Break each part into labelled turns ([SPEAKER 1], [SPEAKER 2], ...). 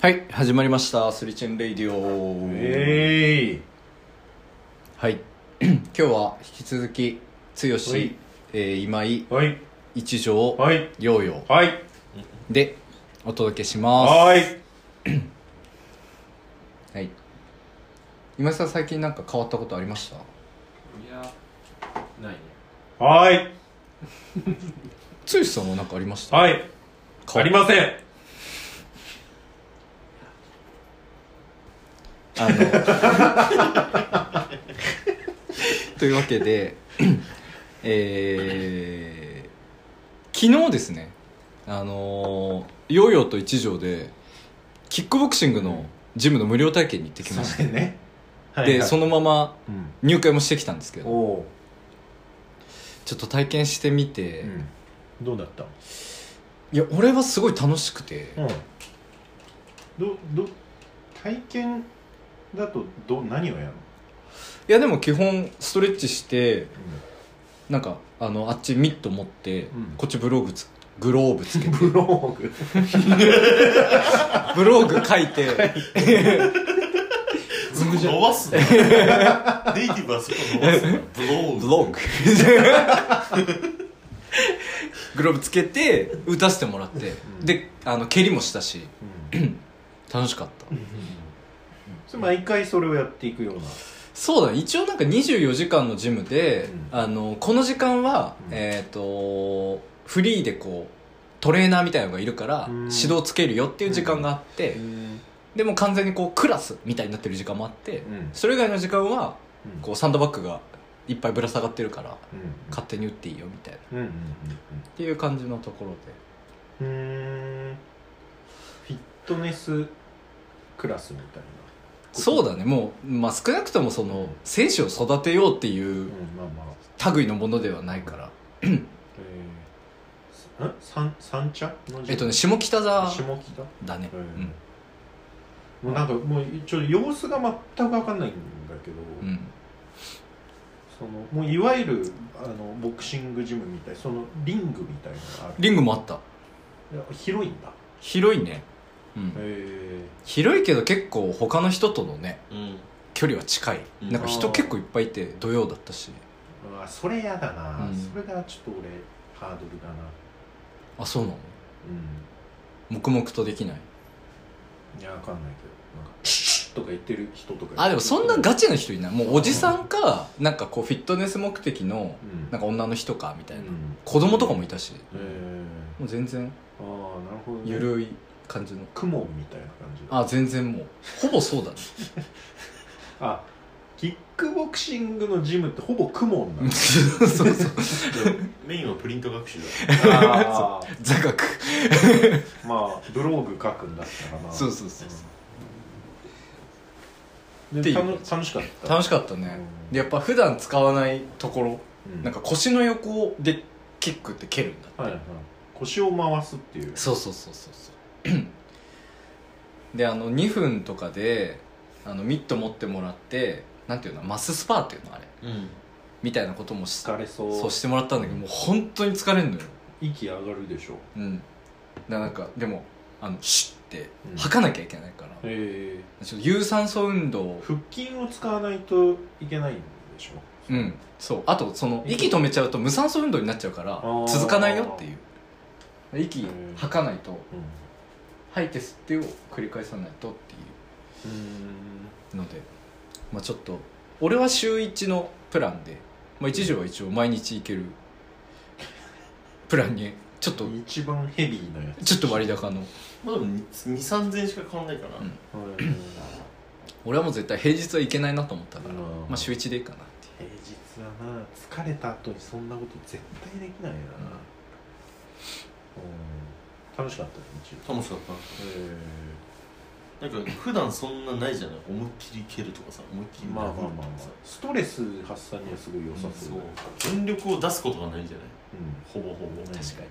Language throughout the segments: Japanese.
[SPEAKER 1] はい始まりました「スリチェンレイディオ」
[SPEAKER 2] え
[SPEAKER 1] はい 今日は引き続き
[SPEAKER 2] は
[SPEAKER 1] 剛
[SPEAKER 2] い、
[SPEAKER 1] えー、今井
[SPEAKER 2] いはい
[SPEAKER 1] 一条
[SPEAKER 2] はい
[SPEAKER 1] 陽陽
[SPEAKER 2] はい
[SPEAKER 1] でお届けしますは
[SPEAKER 2] はい
[SPEAKER 1] い、今井さん最近なんか変わったことありました
[SPEAKER 3] いやないね
[SPEAKER 2] はい
[SPEAKER 1] 剛さんもなんかありました
[SPEAKER 2] はいありません
[SPEAKER 1] あの というわけでえー昨日ですねあのーヨーヨーと一条でキックボクシングのジムの無料体験に行ってきました
[SPEAKER 2] うね
[SPEAKER 1] でそ
[SPEAKER 2] の
[SPEAKER 1] のまま
[SPEAKER 2] うん
[SPEAKER 1] 入会もしてきたんですけど
[SPEAKER 2] お
[SPEAKER 1] ちょっと体験してみて、
[SPEAKER 2] うんどうだった
[SPEAKER 1] いや俺はすごい楽しくて、
[SPEAKER 2] うんどど体験だとど何をやるの
[SPEAKER 1] いやでも基本ストレッチしてなんかあのあっちミット持って、
[SPEAKER 2] うん
[SPEAKER 1] こっちブローブつグローブつけて
[SPEAKER 2] ブローグ
[SPEAKER 1] ブログ書いて
[SPEAKER 4] そこ伸ばすのネイティブはそこ伸ばすのブロー
[SPEAKER 1] ブロググローブつけて打たせてもらって、
[SPEAKER 2] うん
[SPEAKER 1] であの蹴りもしたし
[SPEAKER 2] うん
[SPEAKER 1] 楽しかった、
[SPEAKER 2] それ毎回それをやっていくような
[SPEAKER 1] そうだね一応なんか24時間のジムで、
[SPEAKER 2] うん
[SPEAKER 1] あのこの時間は、
[SPEAKER 2] うん
[SPEAKER 1] えっ、とフリーでこうトレーナーみたいなのがいるから、
[SPEAKER 2] うん
[SPEAKER 1] 指導つけるよっていう時間があって、
[SPEAKER 2] うん
[SPEAKER 1] でも完全にこうクラスみたいになってる時間もあって、
[SPEAKER 2] うん
[SPEAKER 1] それ以外の時間は
[SPEAKER 2] うん
[SPEAKER 1] こうサンドバッグがいっぱいぶら下がってるから
[SPEAKER 2] うん
[SPEAKER 1] 勝手に打っていいよみたいな
[SPEAKER 2] うんうん
[SPEAKER 1] っていう感じのところで
[SPEAKER 2] うんうんうーんフィットネスクラスみたいな
[SPEAKER 1] そうだねもう、まあ、少なくともその選手を育てようっていう
[SPEAKER 2] うんまあまあ
[SPEAKER 1] 類のものではないから、
[SPEAKER 2] えー、ん三三茶の
[SPEAKER 1] えっとね下北沢
[SPEAKER 2] 下北
[SPEAKER 1] だね、
[SPEAKER 2] う
[SPEAKER 1] うんん
[SPEAKER 2] もうなんかもうちょっと様子が全く分かんないんだけど、
[SPEAKER 1] うん、
[SPEAKER 2] そのもういわゆるあのボクシングジムみたいそのリングみたいなのがある
[SPEAKER 1] リングもあった
[SPEAKER 2] いや広いんだ
[SPEAKER 1] 広いね、うん、
[SPEAKER 2] へ
[SPEAKER 1] 広いけど結構他の人とのね
[SPEAKER 4] うん
[SPEAKER 1] 距離は近い
[SPEAKER 4] うん
[SPEAKER 1] なんか人結構いっぱいいて土曜だったし
[SPEAKER 2] えあそれやだな、
[SPEAKER 1] うん
[SPEAKER 2] それがちょっと俺ハードルだな
[SPEAKER 1] あそうなの
[SPEAKER 2] うん
[SPEAKER 1] 黙々とできない
[SPEAKER 2] いや分かんないけどなんか「 シッ」とか言ってる人とか
[SPEAKER 1] あでもそんなガ
[SPEAKER 2] チ
[SPEAKER 1] チな人いないもうおじさんかなんかこうフィットネス目的の
[SPEAKER 2] うん
[SPEAKER 1] なんか女の人かみた
[SPEAKER 2] う
[SPEAKER 1] いな、
[SPEAKER 2] ん
[SPEAKER 1] 子供とかもいたし
[SPEAKER 2] えー
[SPEAKER 1] もう全然
[SPEAKER 2] ああなるほど、ね、
[SPEAKER 1] 緩い感じの
[SPEAKER 2] 雲みたいな感じ
[SPEAKER 1] あ全然もうほぼそうだね
[SPEAKER 2] あキックボクシングのジムってほぼクモンな の
[SPEAKER 1] そうそう
[SPEAKER 4] メインはプリント学習だ
[SPEAKER 2] あ
[SPEAKER 1] 座学
[SPEAKER 2] ーまあブログ書くんだったらな
[SPEAKER 1] そうそうそう
[SPEAKER 2] うん
[SPEAKER 1] ってい
[SPEAKER 2] で
[SPEAKER 1] う
[SPEAKER 2] たの楽しかった
[SPEAKER 1] 楽しかったねでやっぱ普段使わないところ
[SPEAKER 2] うん
[SPEAKER 1] なんか腰の横でキックって蹴るんだって、
[SPEAKER 2] はいはい腰を回すっていう
[SPEAKER 1] そうそうそうそうそう であの2分とかであのミット持ってもらってなんていうのマススパーっていうのあれ
[SPEAKER 4] うん
[SPEAKER 1] みたいなこともし
[SPEAKER 2] 疲れそう
[SPEAKER 1] そうしてもらったんだけどもう本当に疲れんのよ
[SPEAKER 2] 息上がるでしょ
[SPEAKER 1] うんだなんかでもあのシュッて
[SPEAKER 2] うん
[SPEAKER 1] 吐かなきゃいけないから、
[SPEAKER 2] え
[SPEAKER 1] ちょっと有酸素運動
[SPEAKER 2] ー
[SPEAKER 1] を
[SPEAKER 2] 腹筋を使わないといけないんでしょ
[SPEAKER 1] うんそうあとその息止めちゃうと無酸素運動になっちゃうから
[SPEAKER 2] ー
[SPEAKER 1] 続かないよっていう息
[SPEAKER 2] うん
[SPEAKER 1] 吐かないと
[SPEAKER 2] うん
[SPEAKER 1] 吐いて吸ってを繰り返さないとっていう
[SPEAKER 2] ーん
[SPEAKER 1] うのでまあちょっと俺は週1のプランで、まあ、一条は一応毎日行けるプランにちょっと
[SPEAKER 2] 一番ヘビーなやつ
[SPEAKER 1] ちょっと割高の
[SPEAKER 4] まあでも23000しか変わんないから、
[SPEAKER 1] うん
[SPEAKER 2] うん
[SPEAKER 1] 俺はもう絶対平日は行けないなと思ったから、
[SPEAKER 2] うん
[SPEAKER 1] まあ週1でいいかなっていう
[SPEAKER 2] 平日はな疲れた後にそんなこと絶対できないな、うん、楽しかったね一応
[SPEAKER 4] 楽しかっ
[SPEAKER 2] え
[SPEAKER 4] たなんか普段そんなないじゃない思いっきり蹴るとかさ思いっ
[SPEAKER 2] ー、
[SPEAKER 4] きり
[SPEAKER 2] まあまあまあ、まあ
[SPEAKER 4] 殴るとかさ、
[SPEAKER 2] ストレス発散にはすごい良さそう,、
[SPEAKER 4] そう全力を出すことがないじゃな
[SPEAKER 2] うん
[SPEAKER 4] いほぼほぼ
[SPEAKER 2] 確
[SPEAKER 1] 確かに、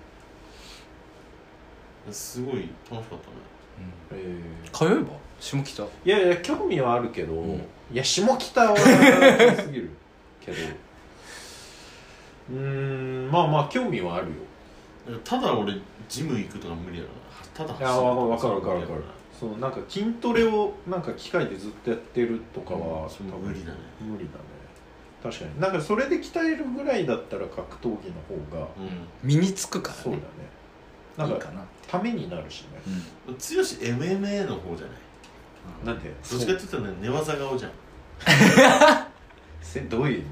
[SPEAKER 4] すごい楽しかったね
[SPEAKER 2] え
[SPEAKER 1] 通えば下北
[SPEAKER 2] ー、いやいや興味はあるけど、
[SPEAKER 1] うん
[SPEAKER 2] いや下北は長すぎる けどうーんまあまあ興味はあるよ
[SPEAKER 4] ただ俺ジム行くとか無理やろなただ
[SPEAKER 2] いやわわかるわかるわ
[SPEAKER 4] わ
[SPEAKER 2] かるそのなんか筋トレをなんか機械でずっとやってるとかは、
[SPEAKER 4] うんそれは
[SPEAKER 2] 多分
[SPEAKER 4] 無理だね
[SPEAKER 2] 無理だね確かになんかそれで鍛えるぐらいだったら格闘技の方が、
[SPEAKER 4] う
[SPEAKER 1] 身につくから
[SPEAKER 2] そうだね
[SPEAKER 1] な
[SPEAKER 2] なんん
[SPEAKER 1] か
[SPEAKER 2] か
[SPEAKER 1] いいかな、
[SPEAKER 2] ためになるしね
[SPEAKER 1] うん
[SPEAKER 4] ん剛 MMA の方じゃない
[SPEAKER 2] なんで
[SPEAKER 4] どっちかって言ったらね寝技顔 じゃん
[SPEAKER 2] せ ど ういう意味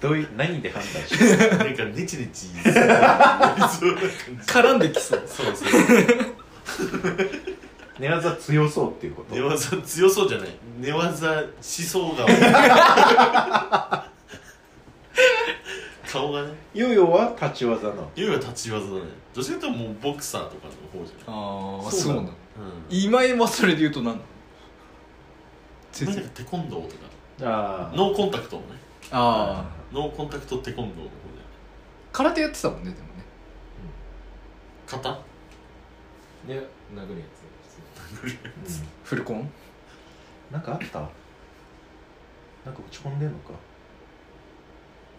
[SPEAKER 2] どういう何で判断して る
[SPEAKER 4] なんかネチネチそうな感じ
[SPEAKER 1] 絡んできそう
[SPEAKER 4] そうそう
[SPEAKER 2] 寝技強そうっていうこと
[SPEAKER 4] 寝技強そうじゃない寝技しそう 顔顔がね
[SPEAKER 2] ヨヨは立ち技なの
[SPEAKER 4] ゆうは立ち技だねどっちかっていうともうボクサーとかの方じゃ
[SPEAKER 1] ああ
[SPEAKER 2] そ
[SPEAKER 1] そうう
[SPEAKER 2] な
[SPEAKER 1] なの
[SPEAKER 2] の
[SPEAKER 4] ない、うん
[SPEAKER 1] 今井はそれで言うと何全
[SPEAKER 4] なんか
[SPEAKER 1] 然
[SPEAKER 4] テコンドーとか
[SPEAKER 2] あー
[SPEAKER 4] ノーコンタクトのね
[SPEAKER 1] ああ
[SPEAKER 4] ノーコンタクトテコンドーの方で
[SPEAKER 1] 空手やってたもんねでもね
[SPEAKER 4] 肩
[SPEAKER 3] いや殴るやつ
[SPEAKER 2] うん
[SPEAKER 1] フルコン
[SPEAKER 2] なんかあったなんか落ち込んでんのか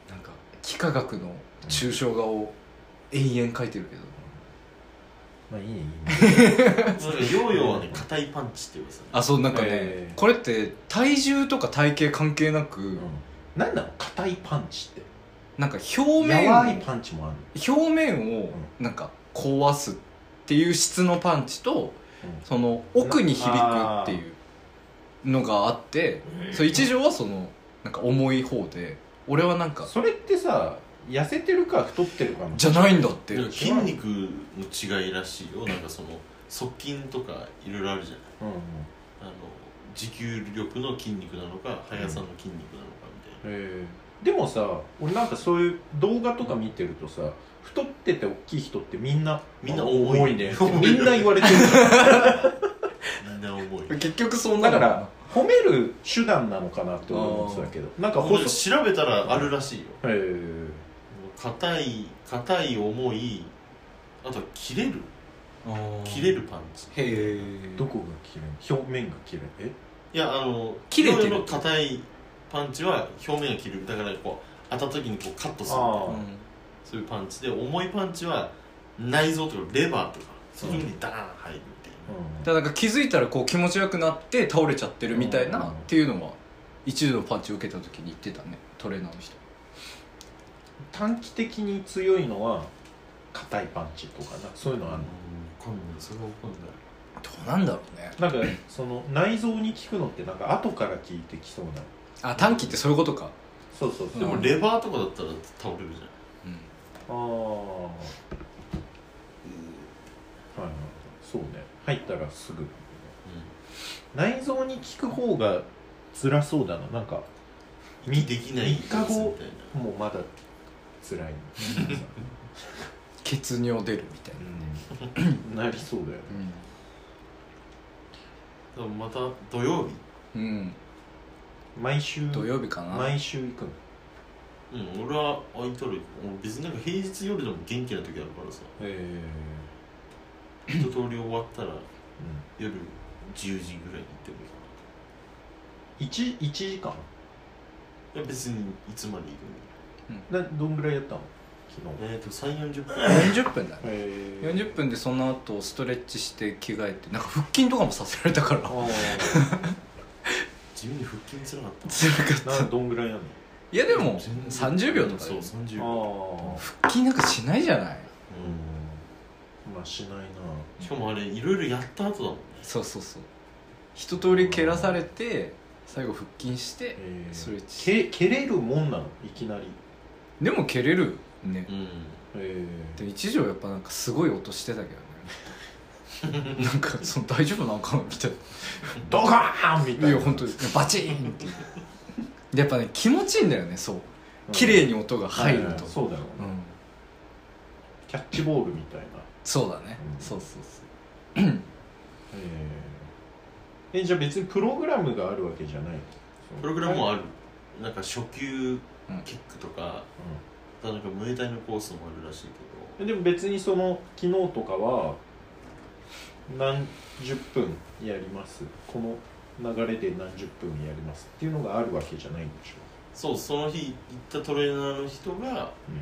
[SPEAKER 1] なんか幾何学の抽象画を延々描いてるけど
[SPEAKER 2] まあいいねいいね
[SPEAKER 4] なんかヨーヨーはね硬いパンチって言われてたね
[SPEAKER 1] あそうなんかね、
[SPEAKER 2] えー
[SPEAKER 1] これって体重とか体型関係なく、
[SPEAKER 2] うん何なの硬いパンチって
[SPEAKER 1] なんか表
[SPEAKER 2] や
[SPEAKER 1] 面
[SPEAKER 2] わ
[SPEAKER 1] を
[SPEAKER 2] いパンチもある
[SPEAKER 1] 表面をなんか壊すっていう質のパンチとその奥に響くっていうのがあってそう一条はそのなんか重い方で俺はなん
[SPEAKER 2] の、
[SPEAKER 1] か
[SPEAKER 2] それってさ痩せてるか太ってるかの
[SPEAKER 1] じゃないんだって
[SPEAKER 4] なんか筋肉の違いらしいよなんかその側筋とかいろいろあるじゃない
[SPEAKER 2] うんうん
[SPEAKER 4] あの持久力の筋肉なのか速さの筋肉なのかみたいな、
[SPEAKER 2] へーでもさ俺なんかそういう動画とか見てるとさ太ってて大きい人ってみんな
[SPEAKER 4] みんな
[SPEAKER 2] あ
[SPEAKER 4] 重い
[SPEAKER 2] 重いねって みんな言われてる
[SPEAKER 4] みんな重い
[SPEAKER 1] 結局そんな
[SPEAKER 2] だ
[SPEAKER 1] の
[SPEAKER 2] から褒める手段なのかなって俺思ってたけどなんか
[SPEAKER 4] これ
[SPEAKER 2] 細
[SPEAKER 4] 調べたらあるらしいよ
[SPEAKER 2] へー
[SPEAKER 4] 硬い硬い重いあとは切れる
[SPEAKER 1] あー
[SPEAKER 4] 切れるパンチ
[SPEAKER 1] へえ
[SPEAKER 2] どこが切れん表面が切れんえ
[SPEAKER 4] いやあの
[SPEAKER 1] 切れてる
[SPEAKER 4] ヨーヨーの硬いパンチは表面が切れるだからこう当たった時にこうカットするみたいな
[SPEAKER 2] あ
[SPEAKER 4] そういうパンチで重いパンチは内臓とかレバーとかそういうふうにダーン入るみたいな、
[SPEAKER 2] うん
[SPEAKER 1] だからなんか気づいたらこう気持ちよくなって倒れちゃってるみたいな
[SPEAKER 2] うん
[SPEAKER 1] っていうのは一条のパンチを受けた時に言ってたねトレーナーの人
[SPEAKER 2] 短期的に強いのは硬いパンチとかなそういうのあるの
[SPEAKER 4] 分かんないそれは分かんない
[SPEAKER 1] どうなんだろうね
[SPEAKER 2] なんかその内臓に効くのってなんか後から効いてきそうな
[SPEAKER 1] あ短期ってそういうことか
[SPEAKER 2] そうそうそう
[SPEAKER 4] で
[SPEAKER 1] う
[SPEAKER 4] も
[SPEAKER 1] ん
[SPEAKER 4] レバーとかだったら倒れるじゃ
[SPEAKER 1] う
[SPEAKER 4] ん
[SPEAKER 1] ん
[SPEAKER 2] ああはいはいそうね入ったらすぐ内臓に効く方が辛そうだななんか
[SPEAKER 4] 見できない
[SPEAKER 2] 三日後
[SPEAKER 4] みたいな
[SPEAKER 2] もうまだ辛いの
[SPEAKER 1] 血尿出るみたいな
[SPEAKER 2] うんなりそうだよね
[SPEAKER 4] でもまた土曜日
[SPEAKER 1] うん、
[SPEAKER 2] 毎週
[SPEAKER 1] 土曜日かな
[SPEAKER 2] 毎週行くの
[SPEAKER 4] うん俺は空いとる俺別になんか平日夜でも元気な時あるからさ
[SPEAKER 2] え
[SPEAKER 4] 一通り終わったら
[SPEAKER 2] え
[SPEAKER 4] 夜10時ぐらいに行ってもいい
[SPEAKER 2] 一
[SPEAKER 4] か
[SPEAKER 2] 1時間
[SPEAKER 4] ないや別にいつまで行く
[SPEAKER 2] などんぐらいやったの昨
[SPEAKER 4] の
[SPEAKER 2] 日
[SPEAKER 4] えっ、ー、と3 4 0
[SPEAKER 1] 40
[SPEAKER 4] 分
[SPEAKER 1] 分だね
[SPEAKER 2] ええ
[SPEAKER 1] 40分でその後ストレッチして着替えてなんか腹筋とかもさせられたから
[SPEAKER 2] あ
[SPEAKER 4] 地味に腹筋つらかった
[SPEAKER 1] 辛か
[SPEAKER 2] あな
[SPEAKER 1] った
[SPEAKER 2] どんぐらいやん
[SPEAKER 1] いやでも
[SPEAKER 4] 全然
[SPEAKER 1] 30秒とかで
[SPEAKER 4] そう30秒
[SPEAKER 2] のあ
[SPEAKER 1] 腹筋なんかしないじゃない
[SPEAKER 2] あまあしないな
[SPEAKER 4] うんしかもあれいろいろやった後だもんね
[SPEAKER 1] そうそうそう一通り蹴らされて最後腹筋して
[SPEAKER 2] え
[SPEAKER 1] ストレッチ
[SPEAKER 2] け蹴れるもんなのいきなり
[SPEAKER 1] でも蹴れるね
[SPEAKER 4] うん
[SPEAKER 2] え
[SPEAKER 1] でも一条やっぱなんかすごい音してたけどねなんかその大丈夫なんかなみたいな
[SPEAKER 2] ドカーンみたい
[SPEAKER 1] い
[SPEAKER 2] な
[SPEAKER 1] や本当にバチーンってやっぱね気持ちいいんだよねそう綺麗に音が入ると、
[SPEAKER 2] うんそうだろう
[SPEAKER 1] う
[SPEAKER 2] ね
[SPEAKER 1] ん、
[SPEAKER 2] キャッチボールみたいな
[SPEAKER 1] そうだね、
[SPEAKER 2] うん
[SPEAKER 1] そうそうそう
[SPEAKER 2] えーえじゃあ別にプログラムがあるわけじゃない
[SPEAKER 4] プログラムも
[SPEAKER 2] ある
[SPEAKER 4] あるなんか初級
[SPEAKER 1] うん
[SPEAKER 4] キックとか、あとなんかムエタイのコースもあるらしいけ
[SPEAKER 2] でも別にその昨日とかは何十分やりますこの流れで何十分やりますっていうのがあるわけじゃないんでしょ
[SPEAKER 4] どそうその日行ったトレーナーの人が
[SPEAKER 2] う、ん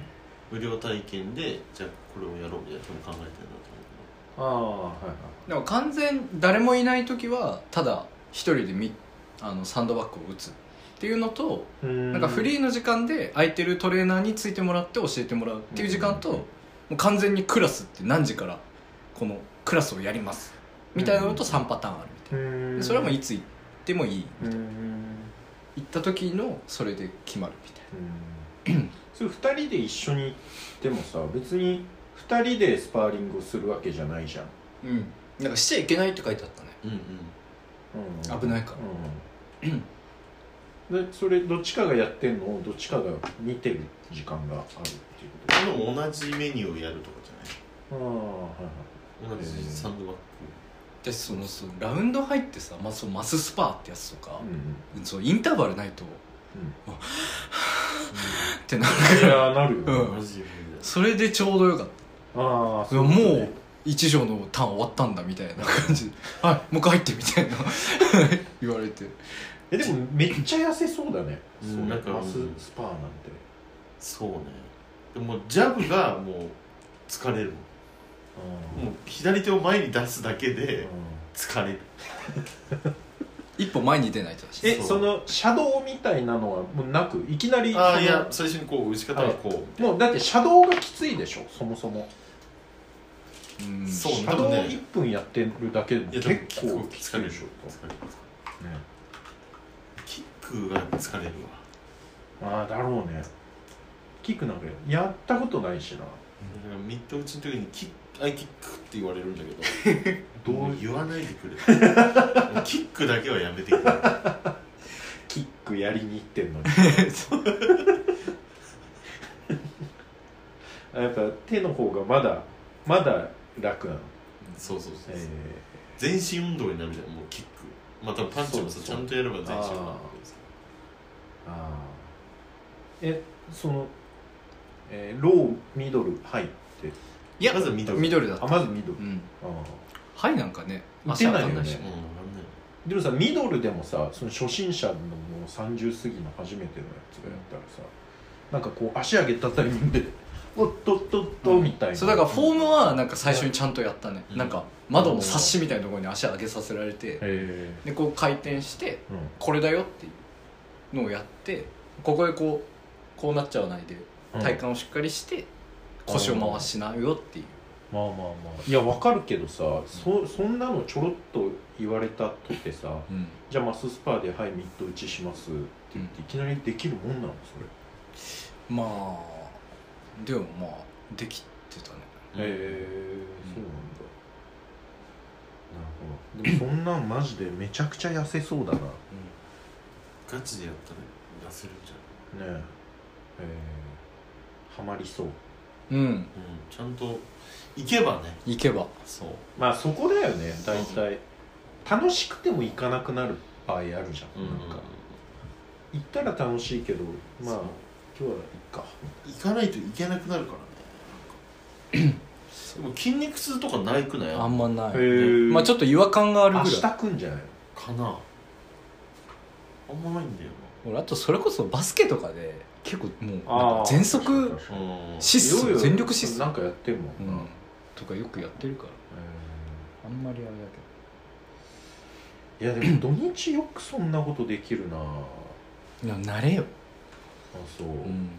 [SPEAKER 4] 無料体験でじゃあこれをやろうみたいなのを考えてるんだと思
[SPEAKER 2] ああは
[SPEAKER 4] う
[SPEAKER 2] いはい
[SPEAKER 1] でも完全誰もいない時はただ一人でみあのサンドバッグを打つっていうのと
[SPEAKER 2] な
[SPEAKER 1] なんかフリーの時間で空いてるトレーナーについてもらって教えてもらうっていう時間と
[SPEAKER 2] うん
[SPEAKER 1] もう完全にクラスって何時からこのクラスをやりますみたいなのと
[SPEAKER 2] うん
[SPEAKER 1] 3パターンあるみたいなでそれはもういつ行ってもいい行った時のそれで決まるみたい
[SPEAKER 2] それ2人で一緒にでもさ別に2人でスパーリングをするわけじゃないじゃん、
[SPEAKER 1] なうんなんかしちゃいけないって書いてあったね
[SPEAKER 4] うんうん
[SPEAKER 2] うん、
[SPEAKER 1] 危ないから
[SPEAKER 2] ら、うん、でそれどっちかがやってんのをどっちかが見てる時間があるっていうこと
[SPEAKER 4] でも同じメニューをやるとかじ
[SPEAKER 2] ああはいはい
[SPEAKER 4] ゃない同じサンドバッグ
[SPEAKER 1] でそのそのラウンド入ってさ、まあ、そのマススパーってやつとか
[SPEAKER 2] う、ん
[SPEAKER 1] そうインターバルないと
[SPEAKER 2] う
[SPEAKER 1] ってなる
[SPEAKER 2] ん、いやーなるよね、
[SPEAKER 1] うん
[SPEAKER 4] マジで無理だ
[SPEAKER 1] それでちょうどよかった
[SPEAKER 2] ああ
[SPEAKER 1] うわ
[SPEAKER 2] い
[SPEAKER 1] も
[SPEAKER 2] こと
[SPEAKER 1] う
[SPEAKER 2] ね
[SPEAKER 1] 一条のターン終わったんだみたいな感じで「はいもう一回入って」みたいな 言われて
[SPEAKER 2] えでもめっちゃ痩せそうだね、
[SPEAKER 4] うん
[SPEAKER 2] そう
[SPEAKER 4] なんか
[SPEAKER 2] マス
[SPEAKER 4] うん
[SPEAKER 2] スパーなんて
[SPEAKER 4] そうねでもジャブがもう疲れる
[SPEAKER 2] あ
[SPEAKER 4] もう左手を前に出すだけで疲れる
[SPEAKER 1] 一歩前に出ないとだし
[SPEAKER 2] え
[SPEAKER 4] そう
[SPEAKER 2] そのシャドウみたいなのはもうなくいきなりその
[SPEAKER 4] ああいや最初にこう打ち方はこう、
[SPEAKER 2] もうだってシャドウがきついでしょそもそも
[SPEAKER 1] うん
[SPEAKER 4] そう
[SPEAKER 2] シャ
[SPEAKER 4] 多
[SPEAKER 2] ドウ
[SPEAKER 4] 分ね
[SPEAKER 2] 1分やってるだけでも
[SPEAKER 4] いや
[SPEAKER 2] 結
[SPEAKER 4] でも
[SPEAKER 2] 構
[SPEAKER 4] 結構
[SPEAKER 2] きつ
[SPEAKER 4] 疲
[SPEAKER 2] い
[SPEAKER 4] れる
[SPEAKER 2] で
[SPEAKER 4] で
[SPEAKER 2] し
[SPEAKER 4] し
[SPEAKER 2] ょ
[SPEAKER 4] ょ疲れる
[SPEAKER 2] ね
[SPEAKER 4] キックが疲れるわ
[SPEAKER 2] ああだろうねキックなんかやったことないしな
[SPEAKER 4] だからミッド打ちの時にキックアイキックって言われるんだけど
[SPEAKER 2] どう
[SPEAKER 4] も言わないでくれもうキックだけはやめ てくれ
[SPEAKER 2] キックやりに行ってんの にあやっぱ手の方がまだまだ楽なの、
[SPEAKER 4] そうそうそう、
[SPEAKER 2] え
[SPEAKER 4] 全身運動になるじゃんもうキックまたパンチも
[SPEAKER 2] そ
[SPEAKER 4] さ
[SPEAKER 2] う
[SPEAKER 4] ち
[SPEAKER 2] そう
[SPEAKER 4] ゃんとやれば全身運動になるけどさ
[SPEAKER 2] ー、あーえその、えーローミドルハイって
[SPEAKER 1] いや
[SPEAKER 4] まずはミドル
[SPEAKER 1] ミドルだった
[SPEAKER 2] あまずミドル
[SPEAKER 1] うん
[SPEAKER 2] あー
[SPEAKER 1] はいなんかね
[SPEAKER 2] 打てないよ
[SPEAKER 1] 足上
[SPEAKER 2] ね
[SPEAKER 1] がんし
[SPEAKER 4] うん分かんない
[SPEAKER 2] でもさミドルでもさその初心者のもう30過ぎの初めてのやつがやったらさなんかこう足上げたタイミングで「おっとっとっと」みたいな、
[SPEAKER 1] そうだからフォームはなんか最初にちゃんとやったね、
[SPEAKER 4] うん
[SPEAKER 1] なんか窓のサッシみたいなところに足上げさせられて、
[SPEAKER 2] え
[SPEAKER 1] でこう回転して
[SPEAKER 2] ーうん
[SPEAKER 1] これだよっていうのをやってここでこうこうなっちゃわないで
[SPEAKER 2] うん
[SPEAKER 1] 体幹をしっかりして腰を回しなよっていう
[SPEAKER 2] まあまあまあいやわかるけどさそそんなのちょろっと言われたとってさ
[SPEAKER 1] うん
[SPEAKER 2] じゃあマススパーで「はいミッド打ちします」って言っていきなりできるもんなのそれ
[SPEAKER 1] まあでもまあできてたね
[SPEAKER 2] えそうなんだなるほどでもそんなんマジでめちゃくちゃ痩せそうだなね
[SPEAKER 4] ガチでやったら痩せるんじゃ
[SPEAKER 2] ええー、ハマりそう
[SPEAKER 1] うん、うん、
[SPEAKER 4] ない、うん、ちゃんと行けばね
[SPEAKER 1] 行けば
[SPEAKER 4] そう
[SPEAKER 2] まあそこだよね大体楽しくても行かなくなる場合あるじゃん、なんか行ったら楽しいけどまあ
[SPEAKER 4] そう
[SPEAKER 2] 今日はいいか
[SPEAKER 4] 行かないといけなくなるからねなんかでも筋肉痛とかないくない
[SPEAKER 1] あんまない、
[SPEAKER 2] ー
[SPEAKER 1] まあちょっと違和感がある
[SPEAKER 2] 明
[SPEAKER 1] ぐ
[SPEAKER 2] 日
[SPEAKER 1] らい
[SPEAKER 2] 来んじゃない
[SPEAKER 4] かなあんまないんだよ
[SPEAKER 1] 俺あとそれこそバスケとかで結構もう
[SPEAKER 2] あ
[SPEAKER 1] なんか全速
[SPEAKER 4] なうん
[SPEAKER 1] 疾
[SPEAKER 2] いよい
[SPEAKER 1] 走
[SPEAKER 2] よ
[SPEAKER 1] 全力疾走
[SPEAKER 2] なんかやってんもん
[SPEAKER 1] う
[SPEAKER 2] な、
[SPEAKER 1] んとかよくやってるからあんまりあれだけ
[SPEAKER 2] えーいやでも土日よくそんなことできるなあ
[SPEAKER 1] どいや慣れよ、
[SPEAKER 2] そう、
[SPEAKER 1] うん、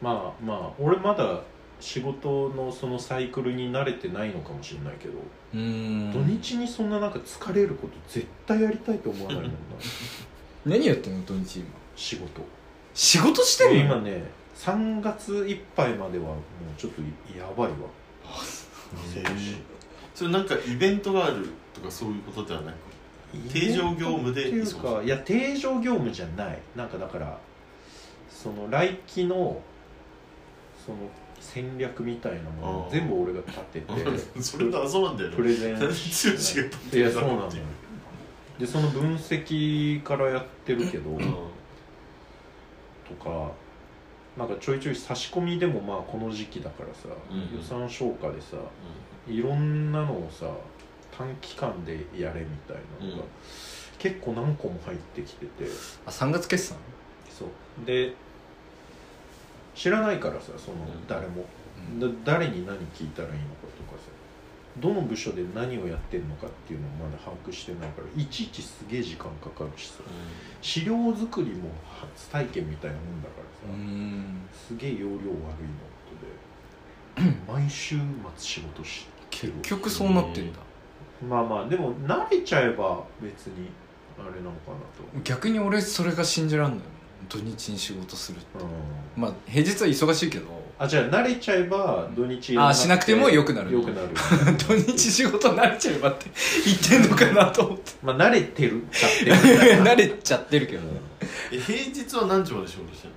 [SPEAKER 2] まあまあ俺まだ仕事のそのサイクルに慣れてないのかもしれないけど、
[SPEAKER 1] うん
[SPEAKER 2] 土日にそんななんか疲れること絶対やりたいと思わないも んな
[SPEAKER 1] 何やってんの土日今
[SPEAKER 2] 仕事
[SPEAKER 1] 仕事してんの
[SPEAKER 2] 今ね3月いっぱいまではもうちょっとやばいわ
[SPEAKER 4] へーそれなんかイベントがあるとかそういうことではなく定常業務で
[SPEAKER 2] っていうかいや定常業務じゃないなんかだからその来期のその戦略みたいなものを
[SPEAKER 4] あー
[SPEAKER 2] 全部俺が立てて
[SPEAKER 4] それがあそうなんだよ
[SPEAKER 2] プレ ゼン
[SPEAKER 4] 何ちゅう仕事
[SPEAKER 2] いやそうなのよでその分析からやってるけど
[SPEAKER 4] うん
[SPEAKER 2] とかなんかちょいちょい差し込みでもまあこの時期だからさ、
[SPEAKER 4] うん
[SPEAKER 2] 予算消化でさいろんなのをさ短期間でやれみたいなのが、
[SPEAKER 4] うん
[SPEAKER 2] 結構何個も入ってきてて
[SPEAKER 1] あ3月決算
[SPEAKER 2] そうで知らないからさその
[SPEAKER 4] うん
[SPEAKER 2] 誰も、だ誰に何聞いたらいいのかとかさどの部署で何をやってんのかっていうのをまだ把握してないからいちいちすげえ時間かかるしさ資料作りも初体験みたいなもんだからさ、
[SPEAKER 1] うん
[SPEAKER 2] すげえ容量悪いのこと で毎週末仕事してる
[SPEAKER 1] 結局そうなってんだ
[SPEAKER 2] まあまあでも慣れちゃえば別にあれなのかな
[SPEAKER 1] 逆に俺それが信じらんない土日に仕事する
[SPEAKER 2] と、うん、
[SPEAKER 1] まあ平日は忙しいけど
[SPEAKER 2] あじゃあ慣れちゃえば土日
[SPEAKER 1] あしなくても良くなる
[SPEAKER 2] よくなる
[SPEAKER 1] 土日仕事慣れちゃえばって言ってんのかなと思って
[SPEAKER 2] まあ慣れてるだって
[SPEAKER 1] 慣れちゃってるけどね
[SPEAKER 4] え平日は何時まで仕事してんの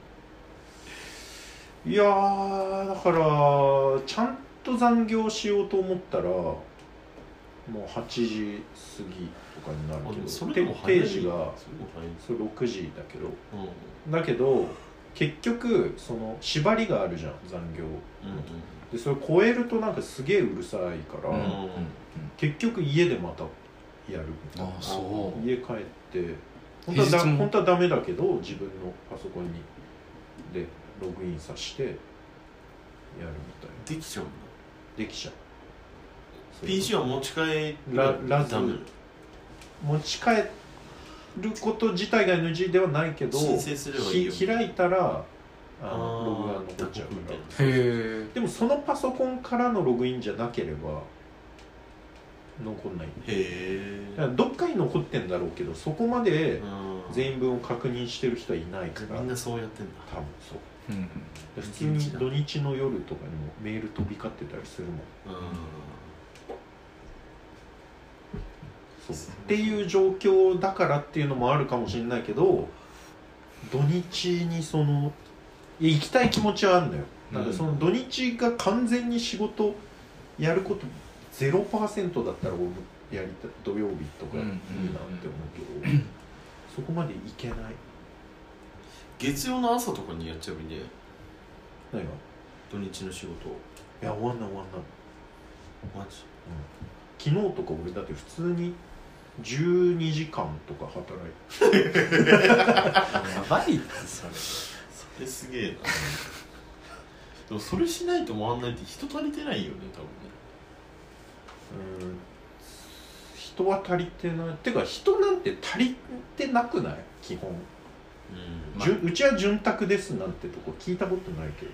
[SPEAKER 2] いやーだからちゃんと残業しようと思ったらもう8時過ぎとかになる
[SPEAKER 4] あ
[SPEAKER 2] け
[SPEAKER 4] で
[SPEAKER 2] ど
[SPEAKER 4] もそれでも早い
[SPEAKER 2] ページが
[SPEAKER 4] それでも早い
[SPEAKER 2] それ6時だけど
[SPEAKER 4] うんうん
[SPEAKER 2] だけど結局その縛りがあるじゃん残業でそれ超えるとなんかすげえうるさいから、
[SPEAKER 1] うんうん
[SPEAKER 2] 結局家でまたやるみたいな
[SPEAKER 1] あそ
[SPEAKER 2] 家帰って本当はだ
[SPEAKER 1] 平日も
[SPEAKER 2] 本当はダメだけど自分のパソコンにでログインさしてやるみたいな
[SPEAKER 4] できちゃうんだ
[SPEAKER 2] できちゃう
[SPEAKER 4] PC は持ち帰
[SPEAKER 2] ララズ
[SPEAKER 4] ダメ
[SPEAKER 2] 持ち帰ること自体が NG ではないけど
[SPEAKER 4] 申請すればいいよ
[SPEAKER 2] ひ開いたらあ
[SPEAKER 4] あ
[SPEAKER 2] のログが
[SPEAKER 4] ー
[SPEAKER 2] 残っちゃうから
[SPEAKER 1] うへ
[SPEAKER 2] でもそのパソコンからのログインじゃなければ残んない
[SPEAKER 4] へ
[SPEAKER 2] だから
[SPEAKER 4] え
[SPEAKER 2] どっかに残ってんだろうけどそこまで全員分を確認してる人はいないから
[SPEAKER 4] みんなそうやってんだ
[SPEAKER 2] 多分そう
[SPEAKER 1] えうん
[SPEAKER 2] 普通に土日の夜とかにもメール飛び交ってたりするもん
[SPEAKER 4] う
[SPEAKER 2] そうっていう状況だからっていうのもあるかもしれないけど土日にそのいや行きたい気持ちはあるのよ
[SPEAKER 1] うん
[SPEAKER 2] なんかその土日が完全に仕事やること0%だったら俺やりた土曜日とかいいなって思うけ どそこまでいけない
[SPEAKER 4] 月曜の朝とかにやっちゃえばいいんだよ
[SPEAKER 2] 何がい
[SPEAKER 4] 土日の仕事を
[SPEAKER 2] や終わんない終わんない
[SPEAKER 4] マジ
[SPEAKER 2] 昨日とか俺だって普通に12時間とか働いて
[SPEAKER 1] やばいってそれ
[SPEAKER 4] それすげえなでもそれしないと回んないって人足りてないよね多分ね
[SPEAKER 2] うん人は足りてないてか人なんて足りてなくない基本、
[SPEAKER 4] うん
[SPEAKER 1] まあ
[SPEAKER 2] じゅうちは潤沢ですなんてとこ聞いたことないけど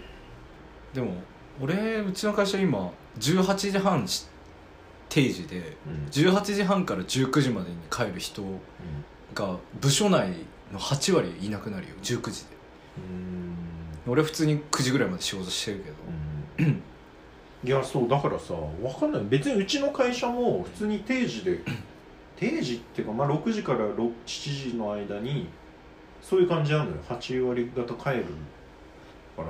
[SPEAKER 1] でも俺うちの会社今18時半し定時で
[SPEAKER 2] うん
[SPEAKER 1] 18時半から19時までに帰る人が部署内の8割いなくなるよ19時で
[SPEAKER 2] うん
[SPEAKER 1] 俺普通に9時ぐらいまで仕事してるけど
[SPEAKER 2] うんいやそうだからさわかんない別にうちの会社も普通に定時 で定時っていうか、まあ、6時から6 7時の間にそういう感じなのよ8割方帰るから